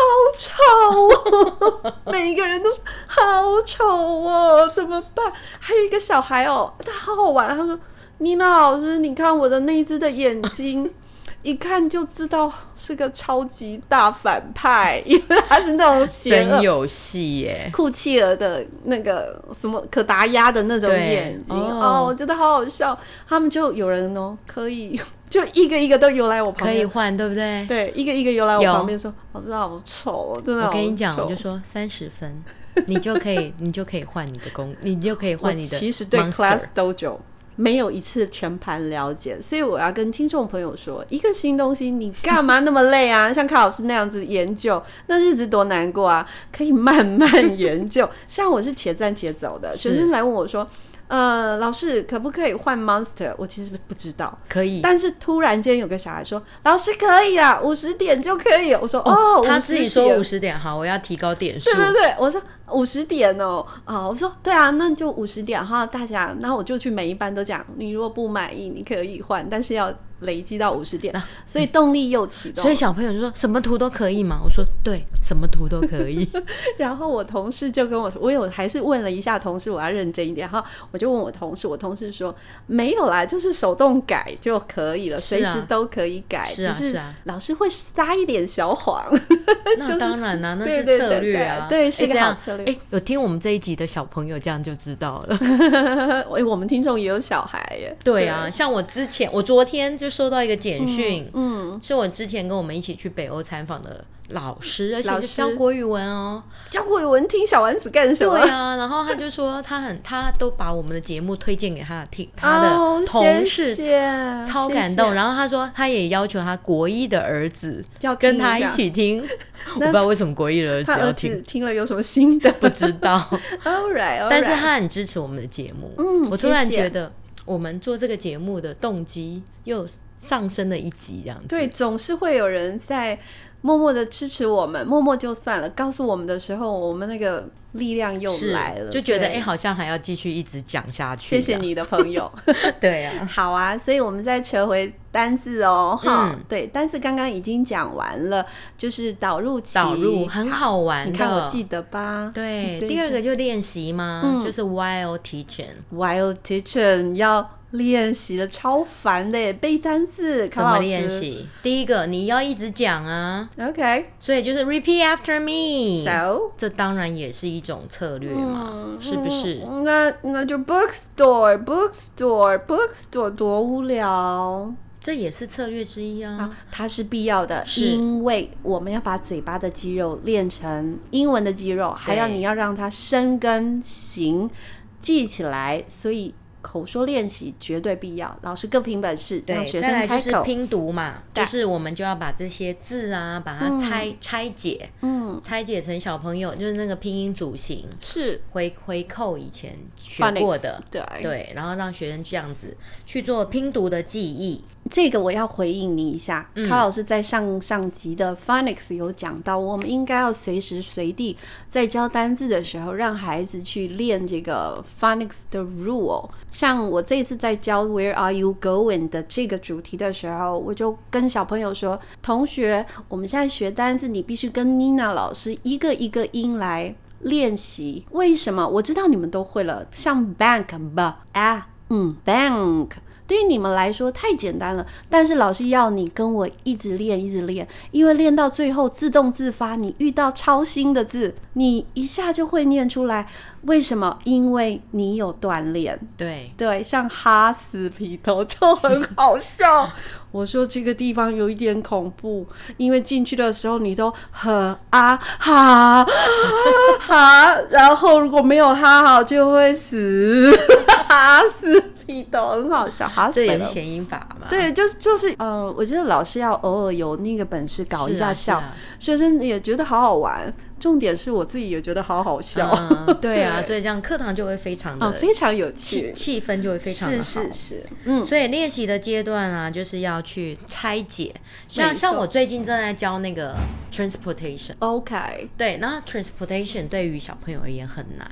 A: 丑哦！ 每一个人都说好丑哦，怎么办？还有一个小孩哦，他好好玩，他说：“妮娜老师，你看我的那一只的眼睛。”一看就知道是个超级大反派，因为他是那种邪恶
B: 真有 戏耶！
A: 库契尔的那个什么可达鸭的那种
B: 对
A: 眼睛
B: 哦
A: 哦我觉得好好笑。他们就有人哦，可以 就一个一个都游来我旁
B: 可以
A: 边，
B: 换，对不对？
A: 对，一个一个游来我
B: 有
A: 旁边说，我真的好丑哦，真的
B: 我
A: 好
B: 跟你讲，
A: 丑
B: 我就说三十分，你就 可以，你就可以换你的工，你就可以
A: 我
B: 换你的 monster。
A: 其实对 class dojo 没有一次全盘了解，所以我要跟听众朋友说，一个新东西你干嘛那么累啊？ 像卡老师那样子研究，那日子多难过啊！可以慢慢研究。 像我是且战且走的，
B: 是
A: 学生来问我说。呃，老师可不可以换 monster？我其实不知道，
B: 可以。
A: 但是突然间有个小孩说：“老师可以啊，五十点就可以。”我说：“哦，
B: 他
A: 50
B: 自己说
A: 点
B: 五十点，好，我要提高点数
A: 对。对对，我说五十点哦，啊、我说对啊，那就五十点哈，大家，然后我就去每一班都讲，你如果不满意，你可以换，但是要累积到五十点，所以动力又启动。
B: 所以小朋友就说什么图都可以吗？我说对，什么图都可以。
A: 然后我同事就跟我说，我有还是问了一下同事，我要认真一点哈，我就问我同事，我同事说没有啦，就是手动改就可以了，
B: 是
A: 随
B: 啊
A: 时都可以改，
B: 是啊
A: 只
B: 是
A: 是
B: 啊
A: 老师会撒一点小谎。
B: 那当然啦、那
A: 对
B: 是
A: 对
B: 策
A: 对
B: 略啊，
A: 对对是
B: 哎
A: 个
B: 这
A: 好
B: 样
A: 策略
B: 哎、有听我们这一集的小朋友这样就知道 了。
A: 哎，我们听众也有小孩耶，
B: 对啊，像我之前，我昨天就收到一个简讯，嗯，是我之前跟我们一起去北欧参访的老师，而
A: 老
B: 且
A: 师
B: 是教国语文哦。
A: 教国语文听小丸子干什么？
B: 对啊，然后他就说他很，他都把我们的节目推荐给他的听他
A: 哦
B: 的同事，
A: 谢谢
B: 超
A: 谢
B: 感动。
A: 谢
B: 然后他说他也要求他国一的儿子
A: 要听
B: 跟他
A: 一
B: 一
A: 下
B: 起听，我不知道为什么国一的儿子
A: 他
B: 要
A: 儿
B: 听
A: 子，听了有什么心得
B: 不知道。
A: ？All right，, all right
B: 但是他很支持我们的节目。
A: 嗯
B: 我突然
A: 谢谢
B: 觉得我们做这个节目的动机又上升了一级，这样子。
A: 对，总是会有人在默默的支持我们，默默就算了。告诉我们的时候，我们那个力量又
B: 是
A: 来了，
B: 就觉得哎、
A: 对
B: 诶好啊像还要继续一直讲下去。
A: 谢谢，你的朋 友。
B: 对啊，
A: 好啊，所以我们再扯回单字哦，哈、
B: 嗯
A: 对，单字刚刚已经讲完了，就是导入期，
B: 导入很好玩的。
A: 你看我记得吧？
B: 对，
A: 对嗯
B: 第二个就练习嘛，就是 while teaching。
A: Wild Teacher 要练习了，超烦的耶，背单词。
B: 怎
A: 卡
B: 么
A: 老师
B: 练习？第一个你要一直讲啊，
A: ？OK，
B: 所以就是 repeat after me。
A: So
B: 这当然也是一种策略嘛，是不是？
A: 嗯那那就 bookstore bookstore bookstore 多无聊
B: 这也是策略之一啊。
A: 啊！它是必要的，
B: 是
A: 因为我们要把嘴巴的肌肉练成英文的肌肉，还要你要让它生根形记起来，所以口说练习绝对必要。老师各凭本事，让
B: 对，
A: 学
B: 再来
A: 生
B: 就
A: 开
B: 是
A: 口。
B: 拼读嘛，
A: 对
B: 就是我们就要把这些字啊，把它拆、拆解，
A: 嗯，
B: 拆解成小朋友就是那个拼音组型，
A: 是
B: 回回扣以前学
A: phonics，
B: 过的，
A: 对
B: 对，然后让学生这样子去做拼读的记忆，
A: 这个我要回应你一下，卡老师在上上集的 phonics 有讲到，我们应该要随时随地在教单字的时候，让孩子去练这个 phonics 的 rule。像我这次在教 Where are you going 的这个主题的时候，我就跟小朋友说，同学，我们现在学单字，你必须跟 Nina 老师一个一个音来练习。为什么？我知道你们都会了，像 bank 吧啊，嗯，bank。对于你们来说太简单了，但是老师要你跟我一直练，一直练，因为练到最后自动自发，你遇到超新的字，你一下就会念出来。为什么？因为你有锻炼。
B: 对，
A: 对，像哈死皮头就很好 笑。我说这个地方有一点恐怖，因为进去的时候你都呵啊哈哈，然后如果没有哈好就会死，哈死皮头很好笑，哈死
B: 这也
A: 了
B: 是啊谐音法嘛，嗯
A: 对，就是就是，呃，我觉得老师要偶尔有那个本事搞一
B: 是啊
A: 下笑，
B: 是啊
A: 学生也觉得好好玩。重点是我自己也觉得好好笑，
B: 嗯，对啊，所以这样课堂就会非常
A: 啊，
B: 的
A: 非常有
B: 气
A: 趣，
B: 气氛就会非常的
A: 是
B: 好，
A: 是是，嗯，
B: 所以练习的阶段啊，就是要去拆解。像
A: 没错
B: 像我最近正在教那个 transportation，
A: OK，
B: 对，那 transportation 对于小朋友而言很难。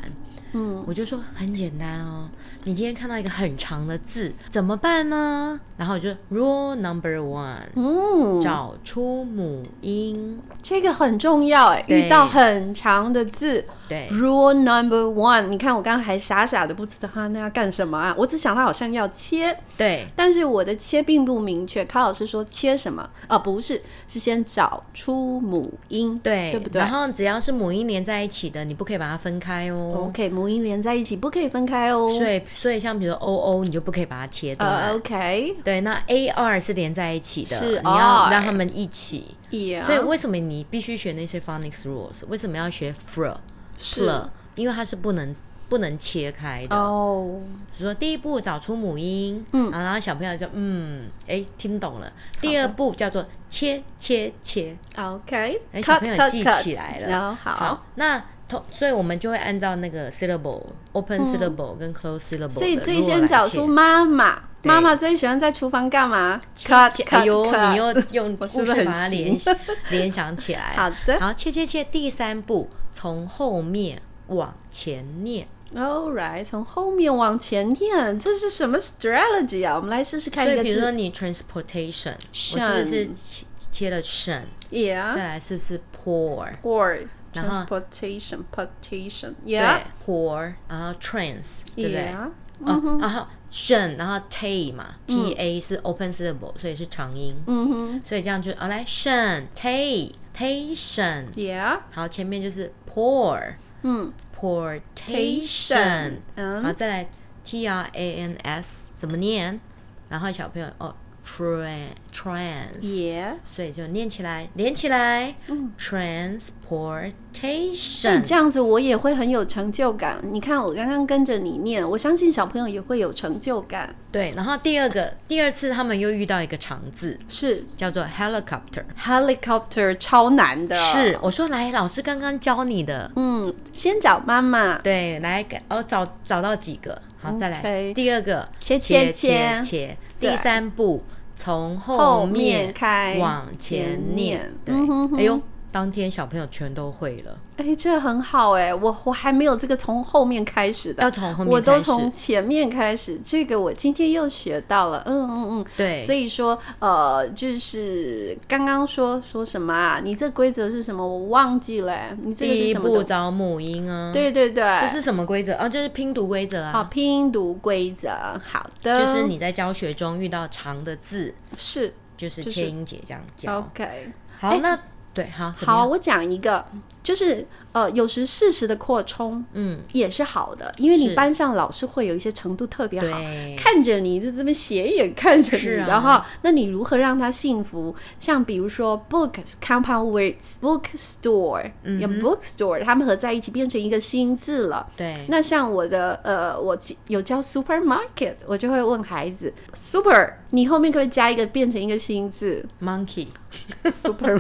B: 嗯，我就说很简单哦，你今天看到一个很长的字怎么办呢？然后我就 rule number one，、
A: 嗯，
B: 找出母音。
A: 这个很重要哎，
B: 对
A: 遇到很长的字
B: 对，
A: ，rule number one，你看我刚刚还傻傻的不知道他那要干什么啊，我只想到好像要切，
B: 对，
A: 但是我的切并不明确。卡老师说切什么？啊，不是，是先找出母音，
B: 对，
A: 对不对
B: 然？后只要是母音连在一起的，你不可以把它分开哦。
A: OK，母音连在一起，不可以分开哦。
B: 所以，所以像比如说 o o，你就不可以把它切断。
A: 呃，OK，
B: 对，那 A R 是连在一起的，
A: 是
B: 你要
A: R 啊
B: 让他们一起。
A: 也
B: 所以为什么你必须学那些 phonics rules？为什么要学 fr
A: 是
B: fr？因为它是不能不能切开的。
A: 哦，
B: 比如说第一步找出母音，嗯，然后小朋友就嗯，哎，听懂了。第二步叫做切切切，
A: OK，
B: 哎，
A: cut，
B: 小朋
A: cut，
B: 友记
A: cut
B: 起来了。
A: 然后好，
B: 那同所以我们就会按照那个 syllable、open syllable 跟 close syllable，
A: 嗯所以
B: 的
A: 最
B: rule
A: 先
B: 来
A: 找
B: 切
A: 出妈妈，
B: 对
A: 妈妈最喜欢在厨房干嘛？cut
B: 哎
A: cut
B: 呦，你
A: cut。
B: 又用
A: 我
B: 故
A: 是不
B: 事
A: 是很
B: 把它联想联想起来。
A: 好的
B: 然后切切切，第三步从后面往前念。
A: All right，从后面往前念，这是什么 strategy 啊？我们来试试看
B: 所
A: 一
B: 以
A: 个
B: 比如
A: 字
B: 说你 transportation，我是不是切切了 shen，再
A: ，Yeah，
B: 来是不是 pour？
A: or
B: 然后
A: transportation，portation，Yeah，
B: 对，pour，然后 trans，对不对？
A: Yeah，嗯
B: 哦，然后 shen，然后 t 嘛，t a 是 open syllable，所以是长音。
A: 嗯哼
B: 所以这样就哦，来 shen t tation，
A: ，Yeah，
B: 好，前面就是 pour。
A: 嗯
B: portation，
A: 嗯
B: E 好，再来 t r a n s 怎么念？然后小朋友哦，tran trans，
A: ，Yeah。
B: 所以就念起来，连起来
A: 嗯那
B: ，transportation，
A: 这样子我也会很有成就感。你看，我刚刚跟着你念，我相信小朋友也会有成就感。
B: 对。然后第二个，第二次他们又遇到一个长字，
A: 是
B: 叫做 helicopter。
A: helicopter 超难的，
B: 是，我说来，老师刚刚教你的，
A: 嗯，先找妈妈，
B: 对，来，哦，找找到几个，好，再来
A: OK
B: 第二个，
A: 切
B: 切
A: 切
B: 切
A: 切
B: 切，
A: 对
B: 第三步从
A: 后
B: 面
A: 面开
B: 往前
A: 前
B: 念
A: 念，
B: 对
A: 嗯哼，哼
B: 哎呦，当天小朋友全都会了，
A: 哎、这很好哎、我我还没有这个从后面开始的，
B: 要从后面
A: 我都
B: 开始
A: 从前面开始，这个我今天又学到了，嗯嗯嗯。
B: 对，
A: 所以说，呃，就是刚刚说说什么啊？你这规则是什么？我忘记了欸、你这个
B: 第
A: 是
B: 一
A: 什么
B: 步
A: 东？
B: 找母音啊，，
A: 对对对，
B: 这是什么规则啊？就是拼读规则
A: 好
B: 啊，
A: 拼音读规则。好的，
B: 就是你在教学中遇到长的字，
A: 是
B: 就是
A: 就是
B: 切音节这样教。
A: OK。
B: 好，那对，好，怎么
A: 好，
B: 样，
A: 我讲一个，就是呃，有时适时的扩充
B: 嗯，
A: 也是好的，因为你
B: 是
A: 班上老师会有一些程度特别好，
B: 对，
A: 看着你就这么斜眼看着你，
B: 是啊
A: 然后那你如何让他幸福？像比如说 book compound words bookstore，有
B: 嗯
A: bookstore，他们合在一起变成一个新字了。
B: 对，
A: 那像我的呃，我有教 supermarket，我就会问孩子 super，你后面可不可以加一个变成一个新字
B: monkey，
A: super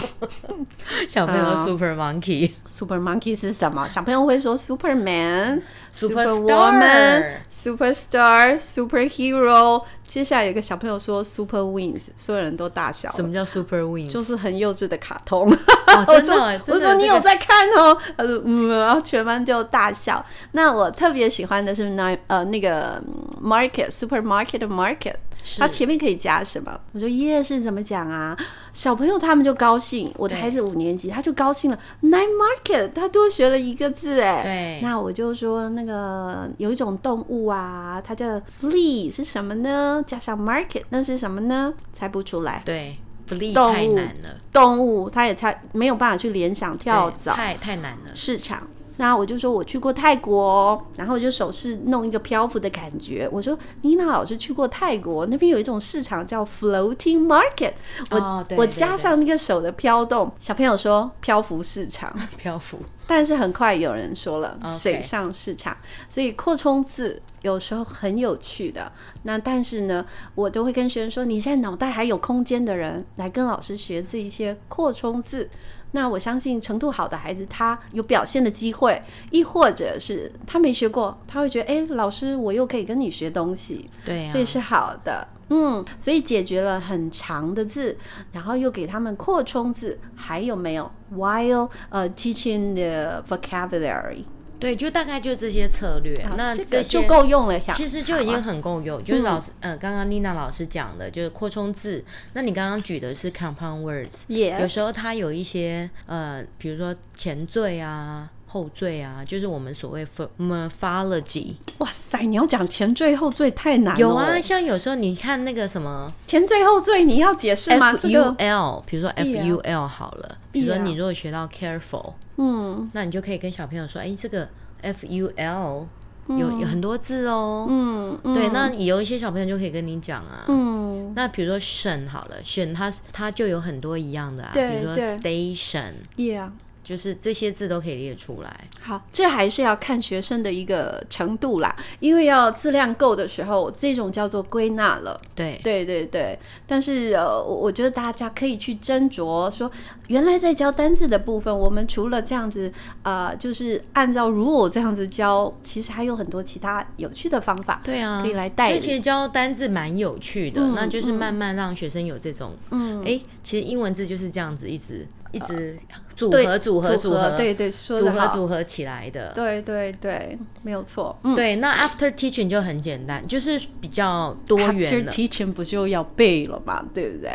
B: 小朋友
A: 啊
B: super monkey，
A: super monkey 是什么？小朋友会说 superman、
B: Superstar
A: woman、superstar、superhero。接下来有一个小朋友说 super wings，所有人都大笑了。
B: 什么叫 super wing？
A: 就是很幼稚的卡通，
B: 嗯哦
A: 我
B: 真
A: 就
B: 的哦，
A: 我
B: 真的
A: 说你
B: 这个
A: 有在看哦，他说嗯，然后全班就大笑。那我特别喜欢的是那呃那个嗯 market supermarket 的 market，
B: 是
A: 它前面可以加什么？我说夜市怎么讲啊？小朋友他们就高兴，我的
B: 对
A: 孩子五年级他就高兴了。Night market，他多学了一个字哎。
B: 对
A: 那我就说那个有一种动物啊，它叫 flea 是什么呢？加上 market 那是什么呢？猜不出来。
B: 对 flee
A: 动
B: 太
A: 物
B: 难了，
A: 动物它也猜没有办法去联想跳
B: 对
A: 蚤
B: 太太难了，
A: 市场。那我就说我去过泰国哦、然后我就手势弄一个漂浮的感觉。我说妮娜老师去过泰国，那边有一种市场叫 floating market 我。
B: 哦对
A: 我
B: 对
A: 加
B: 对
A: 上那个手的飘动，小朋友说漂浮市场，
B: 漂浮，
A: 但是很快有人说了
B: OK
A: 水上市场，所以扩充字有时候很有趣的。那但是呢，我都会跟学生说，你现在脑袋还有空间的人，来跟老师学这一些扩充字。那我相信程度好的孩子，他有表现的机会，亦或者是他没学过，他会觉得，哎、老师，我又可以跟你学东西。
B: 对啊，
A: 所以是好的。嗯，所以解决了很长的字，然后又给他们扩充字，还有没有？While 呃、teaching the vocabulary，
B: 对，就大概就这些策略，那
A: 这
B: 这
A: 个
B: 些
A: 就够用了呀。
B: 其实就已
A: 好
B: 经
A: 啊
B: 很够用，就是老师，呃，刚刚丽娜老师讲的，就是扩充字。那你刚刚举的是 compound words，
A: Yes
B: 有时候它有一些，呃，比如说前缀啊、后缀啊，就是我们所谓 pho- morphology。
A: 哇塞，你要讲前缀后缀太难了。
B: 有啊，，像有时候你看那个什么
A: 前缀后缀你要解释吗？
B: F
A: 这
B: U
A: 个
B: L，比如说 F
A: 对啊
B: U L 好了，比如说
A: 对啊
B: 你如果学到 careful，
A: 嗯
B: 那你就可以跟小朋友说，哎，这个 F U L 有有很多字哦。
A: 嗯嗯
B: 对，那有一些小朋友就可以跟你讲啊，
A: 嗯
B: 那比如说省好了，省它它就有很多一样的啊，比
A: 对
B: 如说
A: 对
B: station，
A: ，Yeah。
B: 就是这些字都可以列出来。
A: 好，这还是要看学生的一个程度啦，因为要质量够的时候，这种叫做归纳了。
B: 对，
A: 对对对，但是呃，我我觉得大家可以去斟酌说，原来在教单字的部分，我们除了这样子，呃，就是按照 rule 这样子教，其实还有很多其他有趣的方法，
B: 对啊，
A: 可以来带
B: 所以其
A: 领。
B: 实教单字蛮有趣的，
A: 嗯
B: 那就是慢慢让学生有这种，嗯，哎、其实英文字就是这样子，一直一直组合、
A: 对
B: 组合、
A: 组
B: 组
A: 合
B: 合，
A: 对对说
B: 组
A: 得
B: 合
A: 好
B: 组合起来的。
A: 对对对，没有错。嗯
B: 对，那 after teaching 就很简单，就是比较多元
A: ，After
B: 了。啊
A: teaching 不就要背了嘛，对不对？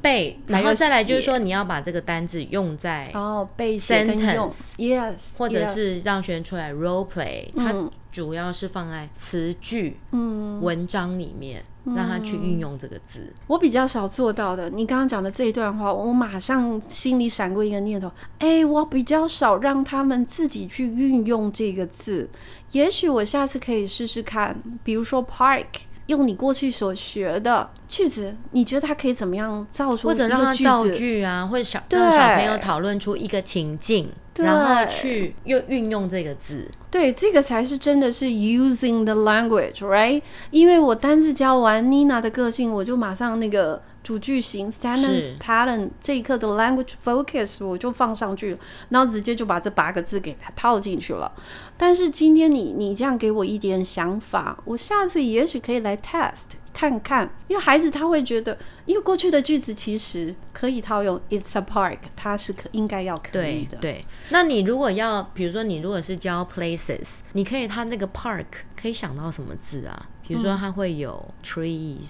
B: 背，然
A: 还
B: 后
A: 有
B: 再来就是
A: 写
B: 说，你要把这个单字用在
A: 哦，背写跟用
B: Sentence
A: ，yes，
B: 或者
A: yes 嗯
B: 是让学生出来 role play，、它主要是放在词句、嗯、文章里面，让他
A: 嗯
B: 去运用这个字。
A: 我比较少做到的，你刚刚讲的这一段话，我马上心里闪过一个念头：哎、我比较少让他们自己去运用这个字。也许我下次可以试试看，比如说 park，用你过去所学的句子，你觉得它可以怎么样造出
B: 或者让他造
A: 一个句子？
B: 句啊，或者小
A: 对
B: 让小朋友讨论出一个情境，
A: 对
B: 然后去又运用这个字。
A: 对，这个才是真的是 using the language，right？因为我单字教完妮娜的个性，我就马上那个主句型 sentence pattern 这一课的 language focus 我就放上去了，然后直接就把这八个字给它套进去了。但是今天你你这样给我一点想法，我下次也许可以来 test 看看，因为孩子他会觉得，因为过去的句子其实可以套用 it's a park，它是可应该要可以
B: 对
A: 的。
B: 对，那你如果要，比如说你如果是教 places，你可以它那个 park 可以想到什么字啊？比
A: 嗯
B: 如说它会有 trees，、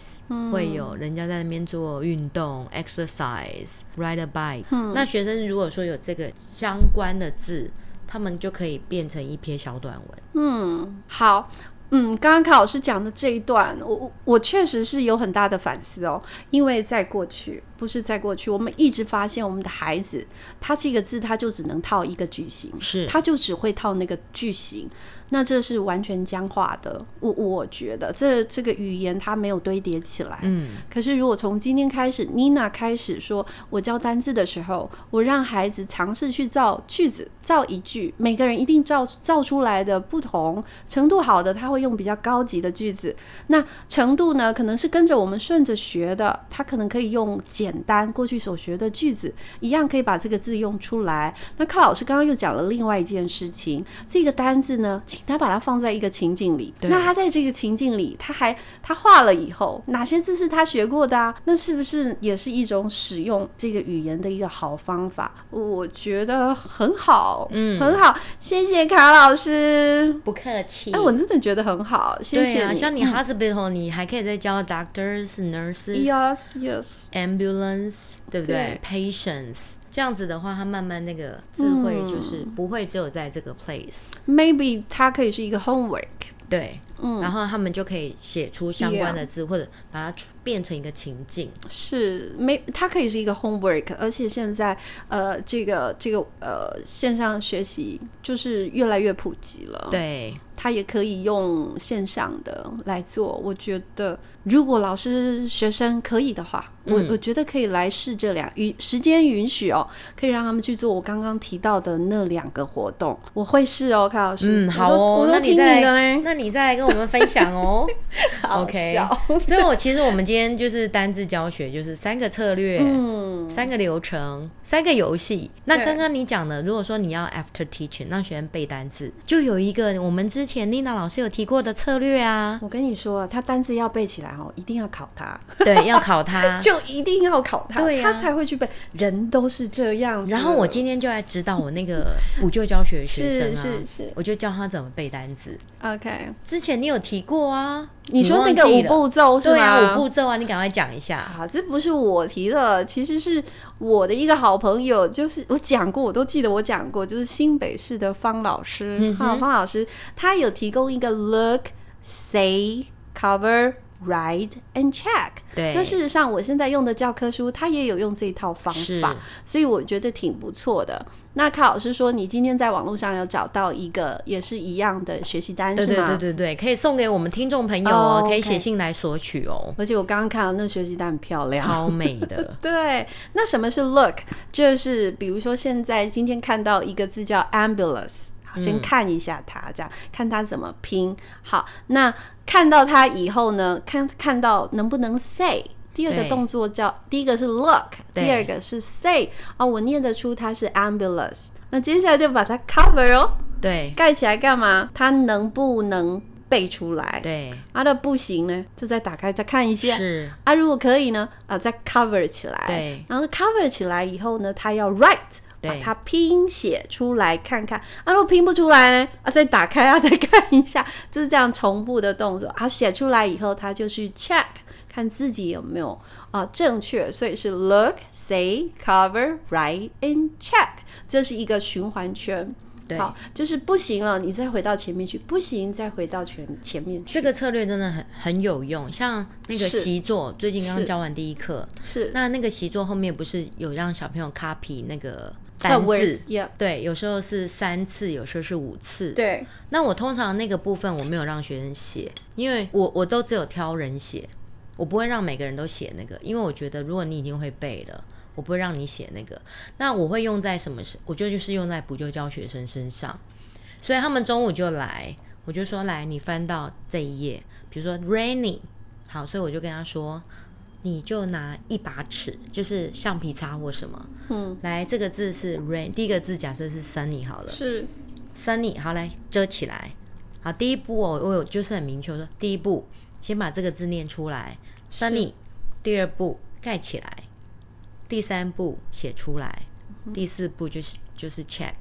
B: 会有人家在那边做运动 exercise，ride a bike、那
A: 嗯
B: 学生如果说有这个相关的字，他们就可以变成一篇小短文。
A: 好，嗯，刚刚卡老师讲的这一段，我我我确实是有很大的反思哦，因为在过去，不是在过去，我们一直发现我们的孩子，他这个字他就只能套一个句型，
B: 是
A: 他就只会套那个句型，那这是完全僵化的。我我觉得这这个语言它没有堆叠起来，
B: 嗯，
A: 可是，如果从今天开始，妮娜开始说，我教单字的时候，我让孩子尝试去造句子，造一句，每个人一定造造出来的不同程度好的，他会用比较高级的句子。那程度呢，可能是跟着我们顺着学的，他可能可以用简单过去所学的句子，一样可以把这个字用出来。那康老师刚刚又讲了另外一件事情，这个单字呢，请他把它放在一个情境里，
B: 对
A: 那他在这个情境里，他还他画了以后，哪些字是他学过的啊？那是不是也是一种使用这个语言的一个好方法？我觉得很好，
B: 嗯
A: 很好，谢谢卡老师。
B: 不客气。
A: 哎，我真的觉得很好，谢
B: 对
A: 谢
B: 啊，
A: 你。嗯
B: 像你 hospital，、你还可以再教 doctors、nurses、
A: E yes, yes，
B: ambulance，对不对 p a t i e n t s 这样子的话，他慢慢那个智慧就是不会只有在这个 place，、
A: maybe 它可以是一个 homework。
B: 对，
A: 嗯
B: 然后他们就可以写出相关的字或者把它变成一个情境，
A: 哦是没，它可以是一个 homework，而且现在呃，这个这个呃，线上学习就是越来越普及了。，
B: 对，
A: 它也可以用线上的来做。我觉得，如果老师学生可以的话，
B: 嗯
A: 我我觉得可以来试这两允时间允许哦，可以让他们去做我刚刚提到的那两个活动。我会试哦，卡老师。
B: 嗯，
A: 我都
B: 好哦
A: 我，
B: 那
A: 都听
B: 再
A: 的
B: 来，
A: 嘞。
B: 那你再来跟我们分 享哦。
A: 好
B: OK，
A: 笑
B: 所以我其实我们今天就是单字教学，就是三个策略，
A: 嗯，
B: 三个流程，三个游戏。那
A: 对
B: 刚刚你讲的，如果说你要 after teaching 让学生背单词，就有一个我们之前 Lina 老师有提过的策 略啊，
A: 我跟你说啊，他单词要背起来哦，一定要考他。
B: 对，要考他。
A: 就一定要考他，
B: 啊对啊
A: 他才会去背。人都是这样子。
B: 然后我今天就来指导我那个补救教学的学生啊，
A: 是是是
B: 我就教他怎么背单词。
A: OK，
B: 之前你有提过啊，
A: 你说那
B: 忘
A: 个
B: 记
A: 五
B: 了
A: 步骤是吗？
B: 对啊，五步骤啊，你赶快讲一下。
A: 啊，这不是我提的，其实是我的一个好朋友，就是我讲过，我都记得我讲过，就是新北市的方老师，
B: 嗯
A: 哈、
B: 哼
A: 方老师他有提供一个 look, say, cover, write and check。
B: 对，
A: 那事实上，我现在用的教科书，它也有用这一套方法
B: 是，
A: 所以我觉得挺不错的。那卡老师说，你今天在网络上有找到一个也是一样的学习单，
B: 对
A: 是
B: 对
A: 吗？
B: 对对对，可以送给我们听众朋友
A: 哦
B: 哦可以
A: OK
B: 写信来索取哦，
A: 而且我刚刚看到那学习单很漂亮，。
B: 超美的
A: 对，那什么是 look？就是比如说现在今天看到一个字叫 ambulance，好，先看一下它，这样看它怎么拼。好，那看到它以后呢，看看到能不能 say。第二个
B: 对
A: 动作叫，第一个是 look，
B: 对
A: 第二个是 say。哦，我念得出它是 ambulance。那接下来就把它 cover 哦，
B: 对
A: 盖起来干嘛？它能不能背出来？
B: 对，
A: 啊，那不行呢，就再打开再看一下。
B: 是，
A: 啊，如果可以呢，啊，再 cover 起来，
B: 对，
A: 然后 cover 起来以后呢，它要 write，
B: 对
A: 把它拼写出来看看。啊，如果拼不出来呢，啊，再打开啊，再 看一下，就是这样重复的动作。啊，写出来以后，它就去 check。看自己有没有啊正确，所以是 look, say, cover, write and check，这是一个循环圈。
B: 对
A: 好，就是不行了，你再回到前面去；不行，再回到前前面去。
B: 这个策略真的很很有用。像那个
A: 是
B: 习作，最近刚
A: 是
B: 刚教完第一课，
A: 是
B: 那那个习作后面不是有让小朋友 copy 那个
A: 啊
B: 单
A: ，words，
B: 字？
A: yeah，
B: 对，有时候是三次，有时候是五次。
A: 对，
B: 那我通常那个部分我没有让学生写，因为我我都只有挑人写，我不会让每个人都写那个，因为我觉得如果你已经会背了，我不会让你写那个。那我会用在什么事？我觉得就是用在补救教学生身上，所以他们中午就来，我就说来，你翻到这一页，比如说 rainy，好，所以我就跟他说你就拿一把尺，就是橡皮擦或什么，嗯，来，这个字是 rain，第一个字假设是 sunny 好了
A: 是
B: ，sunny 好来遮起来，好，第一步我我有就是很明确我说，第一步先把这个字念出来，sunny，第二步盖起来，第三步写出来，第四步就是就是 check，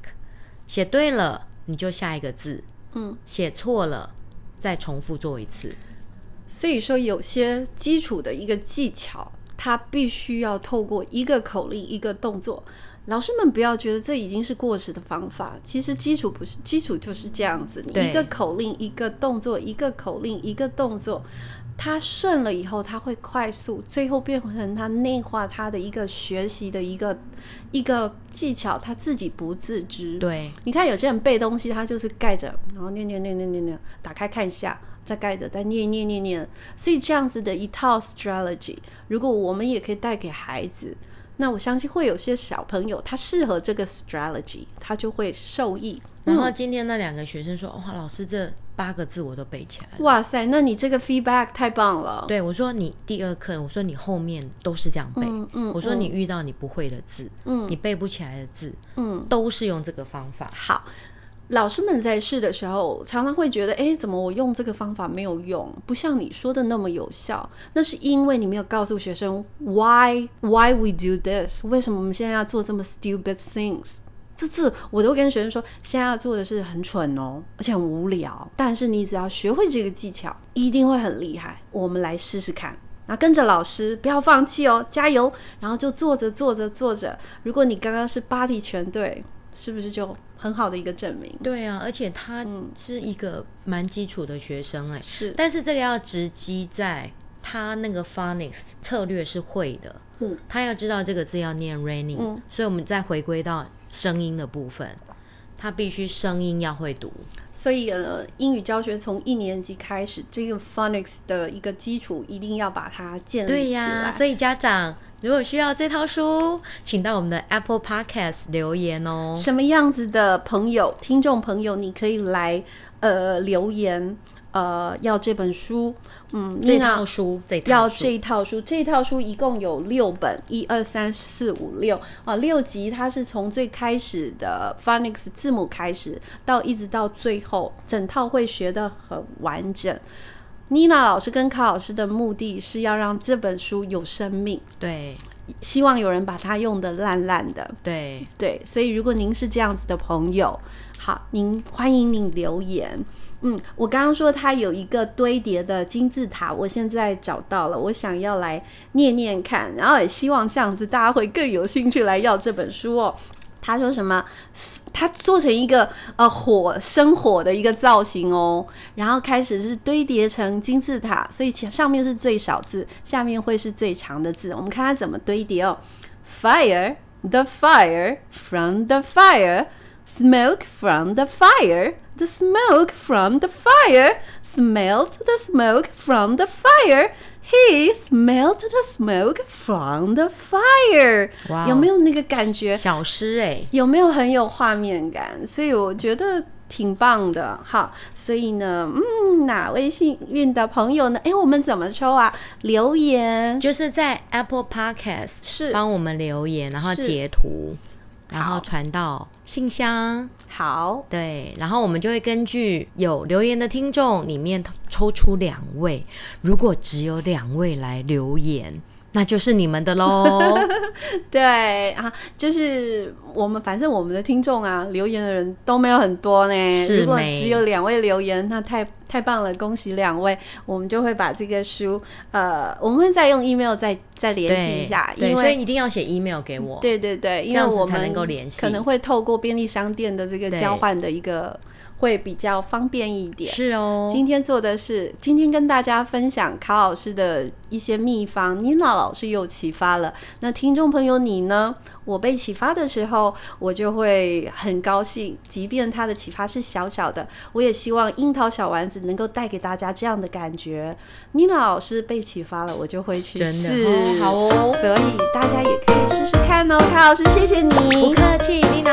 B: 写对了你就下一个字，
A: 嗯，
B: 写错了再重复做一次，
A: 所以说，有些基础的一个技巧，它必须要透过一个口令、一个动作。老师们不要觉得这已经是过时的方法，其实基础不是基础就是这样子，你
B: 对
A: 一个口令、一个动作，一个口令、一个动作，它顺了以后，它会快速，最后变成它内化它的一个学习的一个一个技巧，他自己不自知。
B: 对，
A: 你看有些人背东西，他就是盖着，然后念念念念念念，打开看一下，再盖着，再念念念念。所以这样子的一套 strategy，如果我们也可以带给孩子，那我相信会有些小朋友他适合这个 strategy，他就会受益。
B: 然后今天那两个学生说：“哇，老师这八个字我都背起来了。
A: 哇塞，那你这个 feedback 太棒了。
B: 对，我说你第二课，我说你后面都是这样背。我说你遇到你不会的字，你背不起来的字，都是用这个方法。
A: 好，老师们在试的时候，常常会觉得，哎，怎么我用这个方法没有用，不像你说的那么有效？那是因为你没有告诉学生 why why we do this，为什么我们现在要做这么 stupid things？这次我都跟学生说，现在要做的是很蠢哦，而且很无聊。但是你只要学会这个技巧，一定会很厉害。我们来试试看。然后跟着老师，不要放弃哦，加油！然后就做着做着做着，如果你刚刚是八题全对，是不是就很好的一个证明？
B: 对啊，而且他是一个蛮基础的学生哎、
A: 是，
B: 但是这个要直击在他那个 phonics 策略是会的，
A: 嗯，
B: 他要知道这个字要念 raining，、所以我们再回归到声音的部分，他必须声音要会读。
A: 所以呃，英语教学从一年级开始，这个 phonics 的一个基础一定要把它建立
B: 对
A: 起
B: 呀、
A: 来。
B: 所以家长如果需要这套书，请到我们的 Apple Podcast 留言哦。
A: 什么样子的朋友、听众朋友，你可以来呃留言，呃，要这本书，嗯，
B: 这
A: 那
B: 套书，这
A: 要
B: 套书，
A: 这一套书，这一套书一共有六本，一二三四五六啊，六集。它是从最开始的 phonics 字母开始，到一直到最后，整套会学的很完整。妮娜老师跟卡老师的目的是要让这本书有生命，
B: 对
A: 希望有人把它用的烂烂的。
B: 对，
A: 对，所以如果您是这样子的朋友，好，您欢迎您留言。嗯，我刚刚说它有一个堆叠的金字塔，我现在找到了，我想要来念念看，然后也希望这样子大家会更有兴趣来要这本书哦。他说什么？他做成一个呃火生火的一个造型哦，然后开始是堆叠成金字塔，所以前上面是最少字，下面会是最长的字。我们看它怎么堆叠哦。Fire the fire from the fire, smoke from the fire, the smoke from the fire, smelled the smoke from the fire. He smelled the smoke from the fire.
B: 哇哦
A: 有没有那个感觉？
B: 小诗哎、
A: 有没有很有画面感？所以我觉得挺棒的。好，所以呢，嗯，哪位幸运的朋友呢？哎，我们怎么抽啊？留言
B: 就是在 Apple Podcast
A: 是
B: 帮我们留言，然后
A: 是
B: 截图，然
A: 好
B: 后传到信箱。
A: 好，
B: 对，然后我们就会根据有留言的听众里面抽出两位，如果只有两位来留言，那就是你们的喽。
A: 对啊，就是我们反正我们的听众啊，留言的人都没有很多呢。
B: 是
A: 如果
B: 没
A: 只有两位留言，那太太棒了，恭喜两位！我们就会把这个书，呃，我们会再用 email 再再 联系
B: 对，
A: 一下，
B: 对
A: 因
B: 所
A: 为
B: 以一定要写 email 给我。
A: 对对对，因为
B: 样子
A: 我
B: 才
A: 们
B: 能够联系
A: 可能会透过便利商店的这个
B: 对
A: 交换的一个，会比较方便一点。
B: 是哦，
A: 今天做的是，今天跟大家分享卡老师的一些秘方，妮娜老师又启发了。那听众朋友你呢？我被启发的时候，我就会很高兴，即便他的启发是小小的，我也希望樱桃小丸子能够带给大家这样的感觉。妮娜老师被启发了，我就会去
B: 真的
A: 试。
B: 哦好哦
A: 所以大家也可以试试看哦。卡老师，谢谢你，
B: 不客气，丽娜